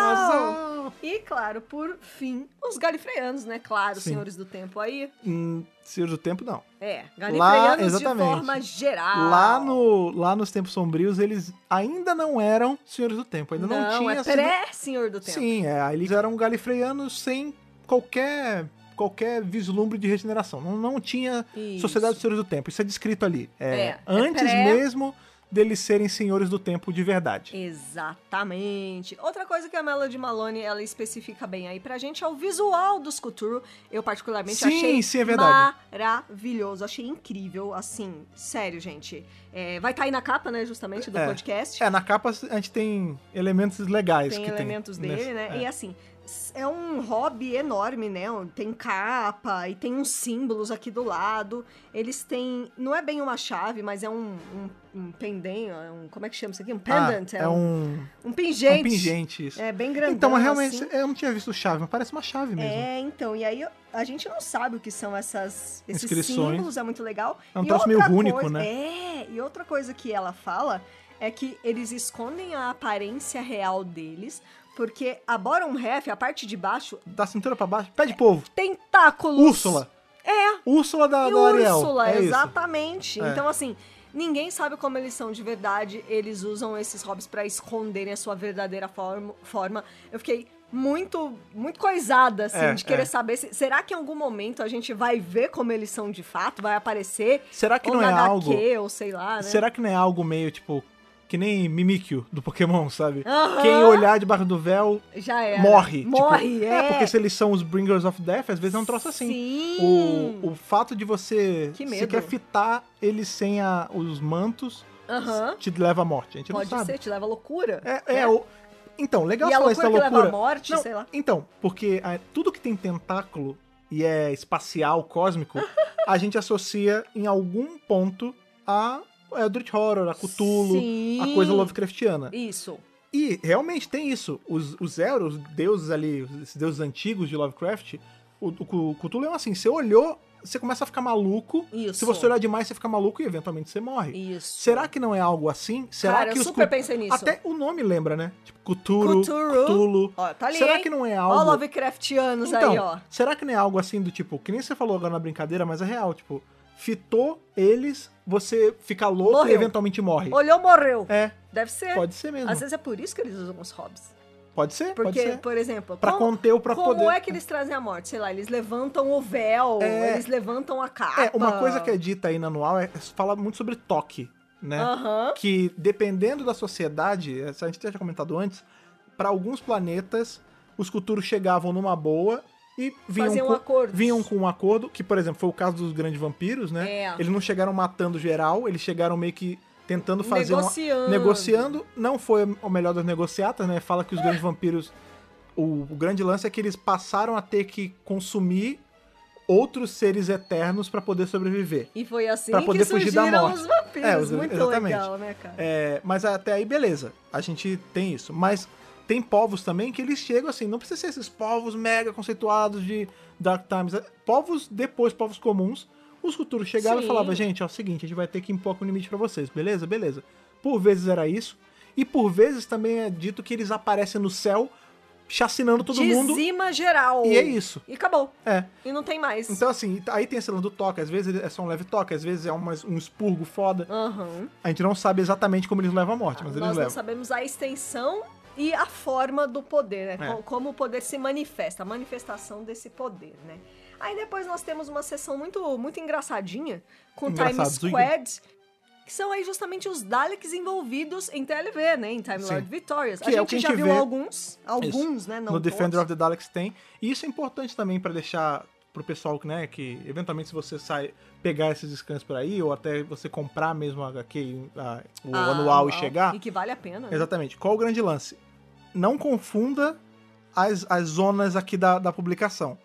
Speaker 1: Azal!
Speaker 2: E, claro, por fim, os galifreanos, né? Claro,
Speaker 1: Sim.
Speaker 2: senhores do tempo aí.
Speaker 1: Hum, Senhor do Tempo, não.
Speaker 2: É, galifreanos de
Speaker 1: exatamente.
Speaker 2: forma geral.
Speaker 1: Lá, no, lá nos Tempos Sombrios, eles ainda não eram Senhores do Tempo. Ainda
Speaker 2: Não,
Speaker 1: não, tinha
Speaker 2: é
Speaker 1: sido-
Speaker 2: pré-senhor do tempo.
Speaker 1: Sim, é, aí eles eram galifreanos sem qualquer qualquer vislumbre de regeneração. Não, não tinha
Speaker 2: Isso.
Speaker 1: Sociedade dos Senhores do Tempo. Isso é descrito ali. É,
Speaker 2: É, é
Speaker 1: antes
Speaker 2: pré-
Speaker 1: mesmo deles serem Senhores do Tempo de verdade.
Speaker 2: Exatamente. Outra coisa que a Melody Malone ela especifica bem aí pra gente é o visual dos Cthulhu. Eu particularmente
Speaker 1: Sim,
Speaker 2: achei
Speaker 1: sim, é verdade.
Speaker 2: maravilhoso, achei incrível, assim, sério, gente. É, vai estar aí na capa, né, justamente do
Speaker 1: É.
Speaker 2: podcast.
Speaker 1: É, na capa a gente tem elementos legais
Speaker 2: tem
Speaker 1: que
Speaker 2: elementos
Speaker 1: tem. nesse-
Speaker 2: dele, né?
Speaker 1: é.
Speaker 2: E assim, é um hobby enorme, né? Tem capa e tem uns símbolos aqui do lado. Eles têm. Não é bem uma chave, mas é um, um, um pendente. é um- como é que chama isso aqui? Um pendant?
Speaker 1: Ah, é um,
Speaker 2: um
Speaker 1: é
Speaker 2: pingente.
Speaker 1: um pingente isso.
Speaker 2: É bem grandão.
Speaker 1: então, mas realmente,
Speaker 2: assim.
Speaker 1: eu não tinha visto chave, mas parece uma chave mesmo.
Speaker 2: É, então, e aí a gente não sabe o que são essas, esses
Speaker 1: Inscrições.
Speaker 2: símbolos, é muito legal.
Speaker 1: É um
Speaker 2: E
Speaker 1: troço meio
Speaker 2: outra
Speaker 1: rúnico,
Speaker 2: coisa-
Speaker 1: né?
Speaker 2: É, e outra coisa que ela fala é que eles escondem a aparência real deles, porque a bottom half, a parte de baixo,
Speaker 1: Da cintura pra baixo, pé de povo.
Speaker 2: tentáculos.
Speaker 1: Úrsula.
Speaker 2: É,
Speaker 1: Úrsula da,
Speaker 2: e
Speaker 1: da Ariel.
Speaker 2: Úrsula,
Speaker 1: é isso.
Speaker 2: exatamente.
Speaker 1: É.
Speaker 2: Então, assim, ninguém sabe como eles são de verdade. Eles usam esses hobbies pra esconderem a sua verdadeira form- forma. Eu fiquei muito, muito coisada, assim,
Speaker 1: É,
Speaker 2: de querer
Speaker 1: é.
Speaker 2: saber. se- será que em algum momento a gente vai ver como eles são de fato? Vai aparecer?
Speaker 1: Será que
Speaker 2: ou
Speaker 1: não é
Speaker 2: na HQ,
Speaker 1: algo...
Speaker 2: ou sei lá, né?
Speaker 1: Será que não é algo meio tipo. Que nem Mimikyu do Pokémon, sabe?
Speaker 2: Aham.
Speaker 1: Quem olhar debaixo do véu
Speaker 2: Já era.
Speaker 1: morre. tipo,
Speaker 2: Morre, é.
Speaker 1: porque se eles são os Bringers of Death, às vezes é um troço assim.
Speaker 2: Sim.
Speaker 1: O, o fato de você
Speaker 2: Que
Speaker 1: se
Speaker 2: medo.
Speaker 1: quer fitar eles sem a- os mantos
Speaker 2: Aham.
Speaker 1: te leva à morte. A gente
Speaker 2: Pode
Speaker 1: não sabe.
Speaker 2: ser, te leva à loucura.
Speaker 1: É, é,
Speaker 2: né?
Speaker 1: o- Então, legal
Speaker 2: E
Speaker 1: você
Speaker 2: a
Speaker 1: falar
Speaker 2: loucura é
Speaker 1: isso
Speaker 2: que
Speaker 1: da
Speaker 2: leva à
Speaker 1: loucura.
Speaker 2: morte,
Speaker 1: Não,
Speaker 2: sei lá.
Speaker 1: Então, porque ah, tudo que tem tentáculo e é espacial,
Speaker 2: [laughs]
Speaker 1: cósmico, a gente associa em algum ponto a Eldritch Horror, a Cthulhu,
Speaker 2: Sim.
Speaker 1: a coisa Lovecraftiana.
Speaker 2: Isso.
Speaker 1: E realmente tem isso. Os, os Eros, os deuses ali, os- esses deuses antigos de Lovecraft, o, o, Cthulhu é um assim, você olhou, você começa a ficar maluco.
Speaker 2: Isso.
Speaker 1: Se você olhar demais, você fica maluco e eventualmente você morre.
Speaker 2: Isso.
Speaker 1: Será que não é algo assim? Será
Speaker 2: Cara,
Speaker 1: que
Speaker 2: eu
Speaker 1: os
Speaker 2: super
Speaker 1: Cthulhu-
Speaker 2: pensei nisso.
Speaker 1: Até o nome lembra, né? Tipo, Cthulhu,
Speaker 2: Cthulhu.
Speaker 1: Cthulhu.
Speaker 2: Ó, tá ali,
Speaker 1: Será
Speaker 2: hein?
Speaker 1: que não é
Speaker 2: Ó,
Speaker 1: algo...
Speaker 2: Lovecraftianos
Speaker 1: então,
Speaker 2: aí, ó.
Speaker 1: será que não é algo assim do tipo, que nem você falou agora na brincadeira, mas é real, tipo, fitou eles, você fica louco e
Speaker 2: Morreu.
Speaker 1: eventualmente morre.
Speaker 2: Olhou, morreu.
Speaker 1: É,
Speaker 2: Deve ser.
Speaker 1: pode ser mesmo.
Speaker 2: Às vezes é por isso que eles usam os hobbies.
Speaker 1: Pode ser, pode
Speaker 2: Porque,
Speaker 1: ser.
Speaker 2: por exemplo,
Speaker 1: Pra
Speaker 2: como,
Speaker 1: conter o próprio
Speaker 2: como
Speaker 1: poder.
Speaker 2: é que eles trazem a morte? Sei lá, eles levantam o véu,
Speaker 1: É.
Speaker 2: eles levantam a capa.
Speaker 1: É, uma coisa que é dita aí no anual é, é fala muito sobre toque, né?
Speaker 2: Aham.
Speaker 1: Que dependendo da sociedade, essa a gente tinha comentado antes, pra alguns planetas os culturos chegavam numa boa e vinham
Speaker 2: Faziam
Speaker 1: com,
Speaker 2: acordos.
Speaker 1: vinham com um acordo, que por exemplo foi o caso dos grandes vampiros, né?
Speaker 2: É.
Speaker 1: Eles não chegaram matando geral, eles chegaram meio que tentando fazer uma-
Speaker 2: Negociando.
Speaker 1: negociando. Não foi o melhor das negociatas, né? Fala que os grandes vampiros. O, o grande lance é que eles passaram a ter que consumir outros seres eternos pra poder sobreviver.
Speaker 2: E foi assim
Speaker 1: Pra poder
Speaker 2: que
Speaker 1: fugir da
Speaker 2: surgiram
Speaker 1: morte.
Speaker 2: os vampiros.
Speaker 1: É, os-
Speaker 2: Muito
Speaker 1: exatamente.
Speaker 2: legal, né, cara?
Speaker 1: É, mas até aí, beleza. A gente tem isso. Mas tem povos também que eles chegam assim. Não precisa ser esses povos mega conceituados de Dark Times. é, Povos depois, povos comuns. Os futuros chegaram e
Speaker 2: Sim.
Speaker 1: falavam, gente, é o seguinte, a gente vai ter que impor um limite pra vocês, beleza? Beleza. Por vezes era isso. E por vezes também é dito que eles aparecem no céu chacinando todo mundo.
Speaker 2: Dizima geral.
Speaker 1: E é isso.
Speaker 2: E acabou.
Speaker 1: É.
Speaker 2: E não tem mais.
Speaker 1: Então, assim, aí tem esse lance do toque. Às vezes é só um leve toque, às vezes é umas- um expurgo foda.
Speaker 2: Aham.
Speaker 1: A gente não sabe exatamente como eles levam a morte, mas eles
Speaker 2: Nós não
Speaker 1: levam.
Speaker 2: sabemos a extensão e a forma do poder, né?
Speaker 1: É.
Speaker 2: Co- Como o poder se manifesta, a manifestação desse poder, né? Aí depois nós temos uma sessão muito, muito engraçadinha com Time
Speaker 1: Engraçado, Zuiga.
Speaker 2: Squad, que são aí justamente os Daleks envolvidos em TLV, né? Em Time
Speaker 1: Sim.
Speaker 2: Lord Victorious.
Speaker 1: Que
Speaker 2: a
Speaker 1: é
Speaker 2: gente
Speaker 1: o que a
Speaker 2: já
Speaker 1: gente
Speaker 2: viu
Speaker 1: vê-
Speaker 2: alguns, alguns, né? Não
Speaker 1: no
Speaker 2: todos.
Speaker 1: Defender of the Daleks tem. E isso é importante também pra deixar pro pessoal né, que eventualmente se você sai pegar esses scans por aí ou até você comprar mesmo a HQ e, a- o
Speaker 2: Ah,
Speaker 1: anual e chegar.
Speaker 2: E que vale a pena, né?
Speaker 1: Exatamente. Qual o grande lance? Não confunda as, as zonas aqui da, da publicação.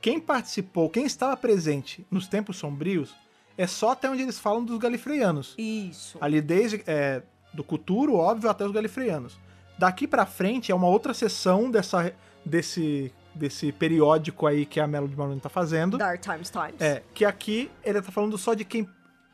Speaker 1: Quem participou, quem estava presente nos tempos sombrios, é só até onde eles falam dos galifreianos.
Speaker 2: Isso.
Speaker 1: Ali desde é, do Cuturo, óbvio, até os galifreianos. Daqui pra frente é uma outra sessão dessa, desse, desse periódico aí que a Melody Malone tá fazendo.
Speaker 2: Dark Times Times.
Speaker 1: É, que aqui ele tá falando só de quem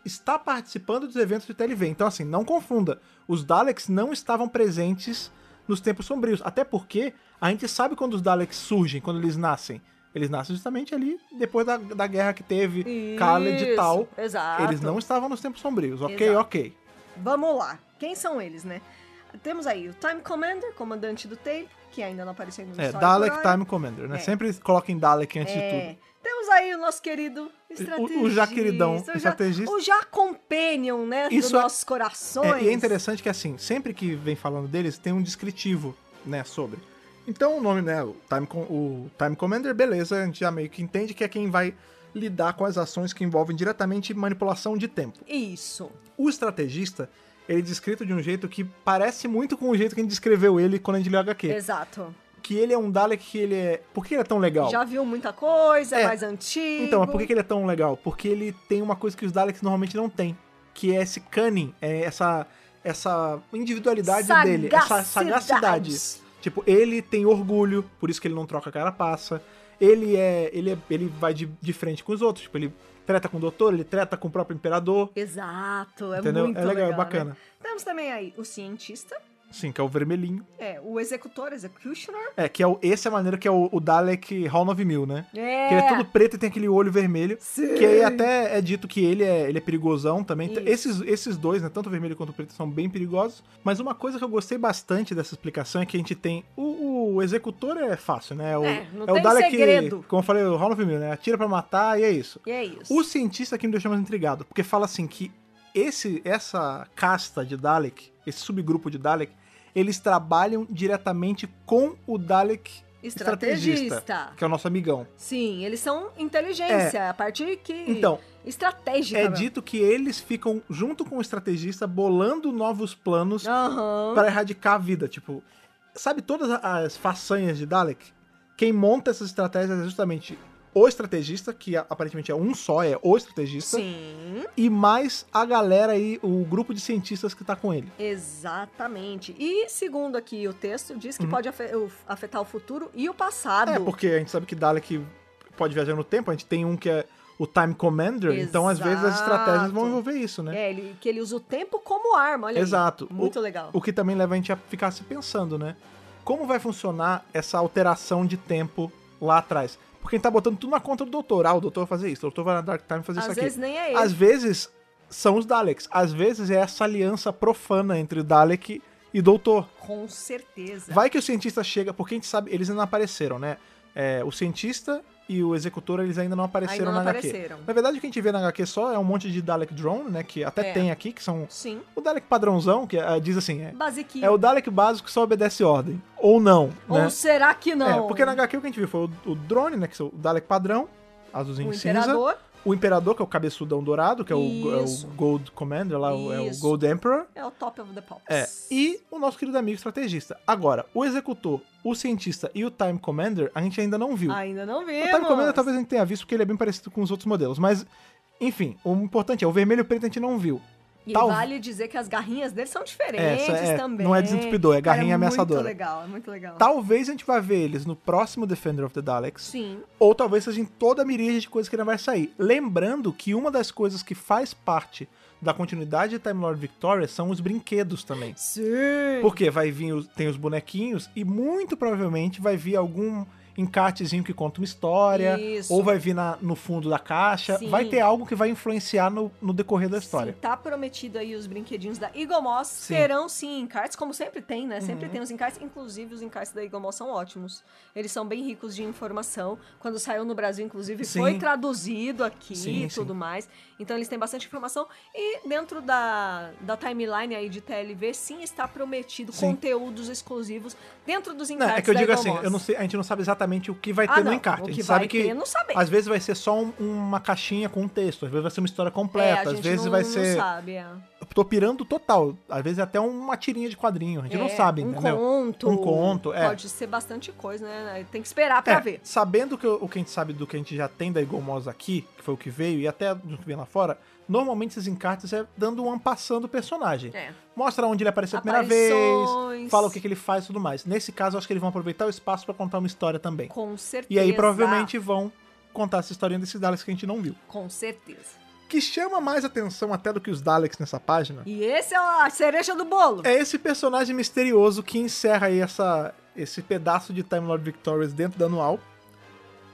Speaker 1: está participando dos eventos de TLV. Então, assim, não confunda. Os Daleks não estavam presentes nos tempos sombrios. Até porque a gente sabe quando os Daleks surgem, quando eles nascem. Eles nascem justamente ali depois da, da guerra que teve,
Speaker 2: Isso,
Speaker 1: Khaled e tal.
Speaker 2: exato.
Speaker 1: Eles não estavam nos tempos sombrios, ok,
Speaker 2: Exato.
Speaker 1: ok.
Speaker 2: Vamos lá. Quem são eles, né? Temos aí o Time Commander, comandante do Tail, que ainda não apareceu em nenhuma
Speaker 1: É,
Speaker 2: história
Speaker 1: Dalek
Speaker 2: por hora.
Speaker 1: Time Commander, né?
Speaker 2: É.
Speaker 1: Sempre coloquem Dalek antes de
Speaker 2: É.
Speaker 1: tudo.
Speaker 2: Temos aí o nosso querido estrategista.
Speaker 1: o já queridão,
Speaker 2: o já-
Speaker 1: estrategista.
Speaker 2: O já companion, né?
Speaker 1: Isso
Speaker 2: dos
Speaker 1: é-
Speaker 2: nossos corações.
Speaker 1: É, e é interessante que, assim, sempre que vem falando deles, tem um descritivo, né, sobre. Então, o nome, né, o Time, Com- o Time Commander, beleza, a gente já meio que entende que é quem vai lidar com as ações que envolvem diretamente manipulação de tempo.
Speaker 2: Isso.
Speaker 1: O estrategista, ele é descrito de um jeito que parece muito com o jeito que a gente descreveu ele quando a gente leu HQ.
Speaker 2: Exato.
Speaker 1: Que ele é um Dalek que ele é... Por que ele é tão legal?
Speaker 2: Já viu muita coisa, é,
Speaker 1: É.
Speaker 2: mais antigo.
Speaker 1: Então, mas por que que ele é tão legal? Porque ele tem uma coisa que os Daleks normalmente não têm, que é esse cunning, é essa, essa individualidade dele, essa sagacidade. Tipo, ele tem orgulho, por isso que ele não troca a cara passa. Ele é. Ele, é, ele vai de, de frente com os outros. Tipo, ele treta com o doutor, ele treta com o próprio imperador.
Speaker 2: Exato, é
Speaker 1: entendeu?
Speaker 2: muito
Speaker 1: é legal, é
Speaker 2: né?
Speaker 1: bacana.
Speaker 2: Temos também aí o cientista,
Speaker 1: Sim, que é o vermelhinho.
Speaker 2: é, o executor, executioner.
Speaker 1: É, que é o, esse é a maneira que é o, o Dalek HAL 9000, né?
Speaker 2: É.
Speaker 1: Que ele é todo preto e tem aquele olho vermelho.
Speaker 2: Sim.
Speaker 1: Que aí até é dito que ele é, ele é perigosão também.
Speaker 2: Isso.
Speaker 1: Esses, esses dois, né, tanto o vermelho quanto o preto, são bem perigosos. Mas uma coisa que eu gostei bastante dessa explicação é que a gente tem... O, o executor é fácil, né? o,
Speaker 2: É, não
Speaker 1: o
Speaker 2: tem
Speaker 1: Dalek,
Speaker 2: segredo.
Speaker 1: como eu falei, o Hall 9000, né? Atira pra matar e é isso.
Speaker 2: E é isso.
Speaker 1: O cientista aqui me deixou mais intrigado, porque fala assim que esse, essa casta de Dalek, esse subgrupo de Dalek, eles trabalham diretamente com o Dalek estrategista,
Speaker 2: Estrategista.
Speaker 1: que é o nosso amigão.
Speaker 2: Sim, eles são inteligência, é a parte que.
Speaker 1: É. Então,
Speaker 2: Estratégica.
Speaker 1: é
Speaker 2: mesmo.
Speaker 1: dito que eles ficam junto com o estrategista bolando novos planos
Speaker 2: Aham.
Speaker 1: para erradicar a vida, tipo, sabe todas as façanhas de Dalek? Quem monta essas estratégias é justamente o estrategista, que aparentemente é um só, é o estrategista.
Speaker 2: Sim,
Speaker 1: e mais a galera aí, o grupo de cientistas que tá com ele.
Speaker 2: exatamente. E segundo aqui o texto, diz que pode afe- o- afetar o futuro e o passado.
Speaker 1: Uhum. É, porque a gente sabe que Dalek pode viajar no tempo, a gente tem um que é o Time Commander, então às vezes as estratégias vão envolver isso, né?
Speaker 2: É, ele, que ele usa o tempo como arma, olha aí.
Speaker 1: Exato.
Speaker 2: é Muito
Speaker 1: O-
Speaker 2: legal.
Speaker 1: O que também leva a gente a ficar se pensando, né? Como vai funcionar essa alteração de tempo lá atrás? Porque a gente tá botando tudo na conta do doutor. Ah, o doutor vai fazer isso, o doutor vai na Dark Time fazer
Speaker 2: Às
Speaker 1: isso aqui.
Speaker 2: vezes nem é ele.
Speaker 1: Às vezes são os Daleks, às vezes é essa aliança profana entre Dalek e doutor.
Speaker 2: Com certeza.
Speaker 1: Vai que o cientista chega, porque a gente sabe, eles ainda não apareceram, né? É, o cientista e o executor, eles ainda não apareceram
Speaker 2: Ainda não
Speaker 1: na
Speaker 2: apareceram.
Speaker 1: HQ. Na verdade, o que a gente vê na HQ só é um monte de Dalek Drone, né? Que até
Speaker 2: É.
Speaker 1: tem aqui, que são.
Speaker 2: Sim.
Speaker 1: O Dalek padrãozão, que ah, diz assim, é.
Speaker 2: Basiquinho.
Speaker 1: É o Dalek básico que só obedece ordem. Ou não.
Speaker 2: Ou
Speaker 1: né?
Speaker 2: será que não?
Speaker 1: É, porque na HQ o que a gente viu foi o, o drone, né? Que é o Dalek padrão, azulzinho
Speaker 2: o
Speaker 1: e cinza.
Speaker 2: imperador.
Speaker 1: O imperador, que é o cabeçudão dourado, que é o, é o
Speaker 2: Isso.
Speaker 1: Gold Commander, lá, o- é o
Speaker 2: Isso.
Speaker 1: Gold Emperor.
Speaker 2: É o top of the pops.
Speaker 1: É, e o nosso querido amigo estrategista. Agora, o executor, o cientista e o Time Commander, a gente ainda não viu.
Speaker 2: Ainda não
Speaker 1: o
Speaker 2: vimos.
Speaker 1: Time Commander talvez a gente tenha visto, porque ele é bem parecido com os outros modelos. Mas, enfim, o importante é, o vermelho e o preto a gente não viu.
Speaker 2: E
Speaker 1: talvez-
Speaker 2: vale dizer que as garrinhas deles são diferentes
Speaker 1: Essa é-
Speaker 2: também.
Speaker 1: não é desentupidor, é
Speaker 2: Cara,
Speaker 1: garrinha ameaçadora. Tá.
Speaker 2: muito legal, é muito legal.
Speaker 1: Talvez a gente vá ver eles no próximo Defender of the Daleks,
Speaker 2: Sim,
Speaker 1: ou talvez seja em toda a miríade de coisas que ainda vai sair. Lembrando que uma das coisas que faz parte da continuidade de Time Lord Victoria são os brinquedos também.
Speaker 2: Sim.
Speaker 1: Porque vai vir, os- tem os bonequinhos e muito provavelmente vai vir algum encartezinho que conta uma história,
Speaker 2: Isso.
Speaker 1: ou vai vir na- no fundo da caixa,
Speaker 2: Sim.
Speaker 1: vai ter algo que vai influenciar no, no decorrer da história.
Speaker 2: Sim, tá prometido aí os brinquedinhos da Eagle Moss. Terão sim encartes, como sempre tem, né? Sempre
Speaker 1: Uhum.
Speaker 2: tem os encartes. Inclusive, os encartes da Eagle Moss são ótimos. Eles são bem ricos de informação. Quando saiu no Brasil, inclusive,
Speaker 1: Sim.
Speaker 2: foi traduzido aqui
Speaker 1: Sim,
Speaker 2: e
Speaker 1: sim.
Speaker 2: tudo mais. Então, eles têm bastante informação. E dentro da, da timeline aí de TLV, sim, está prometido
Speaker 1: Sim.
Speaker 2: conteúdos exclusivos dentro dos
Speaker 1: Não,
Speaker 2: encartes
Speaker 1: é que eu
Speaker 2: da
Speaker 1: digo
Speaker 2: Eagle
Speaker 1: assim,
Speaker 2: Moss.
Speaker 1: eu não sei, a gente não sabe exatamente o que vai ter
Speaker 2: Ah,
Speaker 1: no
Speaker 2: não,
Speaker 1: encarte.
Speaker 2: o
Speaker 1: a
Speaker 2: que
Speaker 1: gente
Speaker 2: vai
Speaker 1: sabe que
Speaker 2: ter, não É, sabemos.
Speaker 1: às vezes vai ser só um- uma caixinha com um texto, às vezes vai ser uma história
Speaker 2: É,
Speaker 1: completa,
Speaker 2: a
Speaker 1: às
Speaker 2: gente
Speaker 1: vezes
Speaker 2: não,
Speaker 1: vai
Speaker 2: não
Speaker 1: ser
Speaker 2: sabe, é.
Speaker 1: eu tô pirando total, às vezes é até uma tirinha de quadrinho, a gente não
Speaker 2: É,
Speaker 1: sabe,
Speaker 2: um
Speaker 1: entendeu?
Speaker 2: Conto,
Speaker 1: Um conto, é.
Speaker 2: Pode ser bastante coisa, né? Tem que esperar pra
Speaker 1: É,
Speaker 2: ver.
Speaker 1: Sabendo que o o que a gente sabe do que a gente já tem da Eagle Moss aqui, que foi o que veio, e até do que vem lá fora, Normalmente esses encartes é dando um passando do personagem.
Speaker 2: É.
Speaker 1: Mostra onde ele apareceu a primeira vez,
Speaker 2: Aparições.
Speaker 1: fala o que, que ele faz e tudo mais. Nesse caso, eu acho que eles vão aproveitar o espaço pra contar uma história também.
Speaker 2: Com certeza.
Speaker 1: E aí provavelmente vão contar essa historinha desses Daleks que a gente não viu.
Speaker 2: Com certeza.
Speaker 1: O que chama mais atenção até do que os Daleks nessa página
Speaker 2: E esse é a cereja do bolo.
Speaker 1: é esse personagem misterioso que encerra aí essa, esse pedaço de Time Lord Victorious dentro do anual,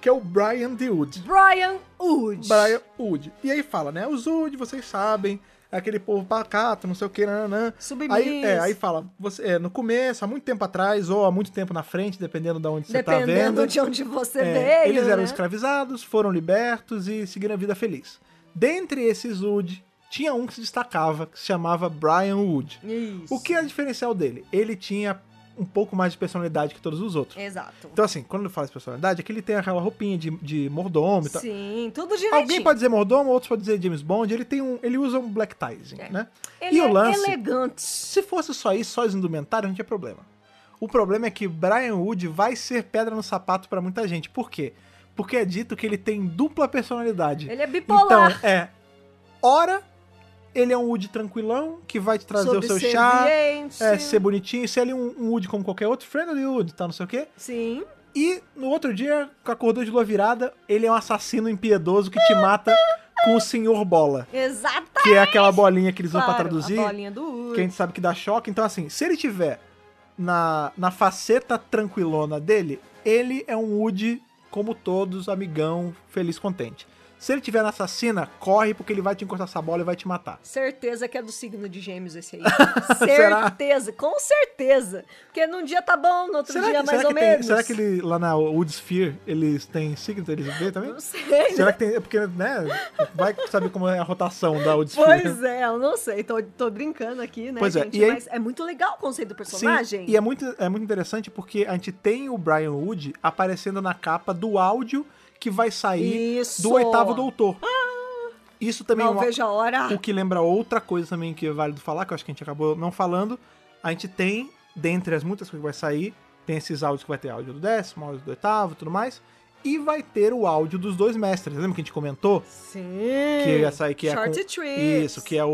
Speaker 1: que é o Brian the Wood.
Speaker 2: Brian Wood.
Speaker 1: Brian Wood. E aí fala, né? Os Wood, vocês sabem, é aquele povo pacato, não sei o que, nananã.
Speaker 2: Submisso.
Speaker 1: Aí, é, aí fala, você, é, no começo, há muito tempo atrás, ou há muito tempo na frente, dependendo de onde você tá vendo.
Speaker 2: Dependendo de onde você
Speaker 1: É,
Speaker 2: veio,
Speaker 1: eles eram
Speaker 2: né?
Speaker 1: escravizados, foram libertos e seguiram a vida feliz. Dentre esses Wood, tinha um que se destacava, que se chamava Brian Wood.
Speaker 2: Isso.
Speaker 1: O que era diferencial dele? Ele tinha um pouco mais de personalidade que todos os
Speaker 2: É.
Speaker 1: outros.
Speaker 2: Exato.
Speaker 1: Então, assim, quando ele fala de personalidade, é que ele tem aquela roupinha de, de mordomo e tal.
Speaker 2: Sim, tudo direitinho.
Speaker 1: então, Alguém pode dizer mordomo, outros podem dizer James Bond. Ele tem um, ele usa um black tiezinho,
Speaker 2: É.
Speaker 1: né?
Speaker 2: Ele
Speaker 1: e o
Speaker 2: é
Speaker 1: lance,
Speaker 2: elegante.
Speaker 1: se fosse só isso, só os indumentários, não tinha problema. O problema é que Brian Wood vai ser pedra no sapato pra muita gente. Por quê? Porque é dito que ele tem dupla personalidade.
Speaker 2: Ele é bipolar.
Speaker 1: Então, é. Ora, ele é um Wood tranquilão, que vai te trazer o seu chá,
Speaker 2: Subserviente.
Speaker 1: é, ser bonitinho, ser ali um, um Wood como qualquer outro, friendly Wood, tá, não sei o quê.
Speaker 2: Sim.
Speaker 1: E no outro dia, acordou de lua virada, ele é um assassino impiedoso que te mata com o Senhor Bola.
Speaker 2: Exata.
Speaker 1: Que é aquela bolinha que eles usam pra
Speaker 2: Claro,
Speaker 1: traduzir.
Speaker 2: A bolinha do Wood.
Speaker 1: Que a gente sabe que dá choque. Então, assim, se ele tiver na, na faceta tranquilona dele, ele é um Woody como todos, amigão, feliz, contente. Se ele tiver na assassina, corre porque ele vai te encostar essa bola e vai te matar.
Speaker 2: Certeza que é do signo de gêmeos esse aí.
Speaker 1: [laughs] Será?
Speaker 2: certeza, com certeza. Porque num dia tá bom, no outro dia mais
Speaker 1: será
Speaker 2: ou
Speaker 1: que tem-
Speaker 2: menos.
Speaker 1: será que ele lá na Wood Sphere eles têm signo? Eles vê também?
Speaker 2: Não sei.
Speaker 1: Será que tem. é Porque, né? Vai saber como é a rotação da Wood Sphere.
Speaker 2: [laughs] Pois é, eu não sei. Tô, tô brincando aqui, né,
Speaker 1: Pois é,
Speaker 2: gente?
Speaker 1: e aí-
Speaker 2: Mas é muito legal o conceito do personagem.
Speaker 1: e é muito, é muito interessante porque a gente tem o Brian Wood aparecendo na capa do áudio que vai sair
Speaker 2: Isso. Ah.
Speaker 1: do oitavo doutor. Isso também é
Speaker 2: Não
Speaker 1: uma-
Speaker 2: vejo a hora.
Speaker 1: o que lembra outra coisa também que é válido falar, que eu acho que a gente acabou não falando. A gente tem, dentre as muitas coisas que vai sair, tem esses áudios que vai ter áudio do décimo, áudio do oitavo tudo mais. E vai ter o áudio dos dois mestres. Lembra que a gente comentou?
Speaker 2: Sim.
Speaker 1: Que ia sair que é
Speaker 2: Short
Speaker 1: com-
Speaker 2: Trips.
Speaker 1: Isso, que é o,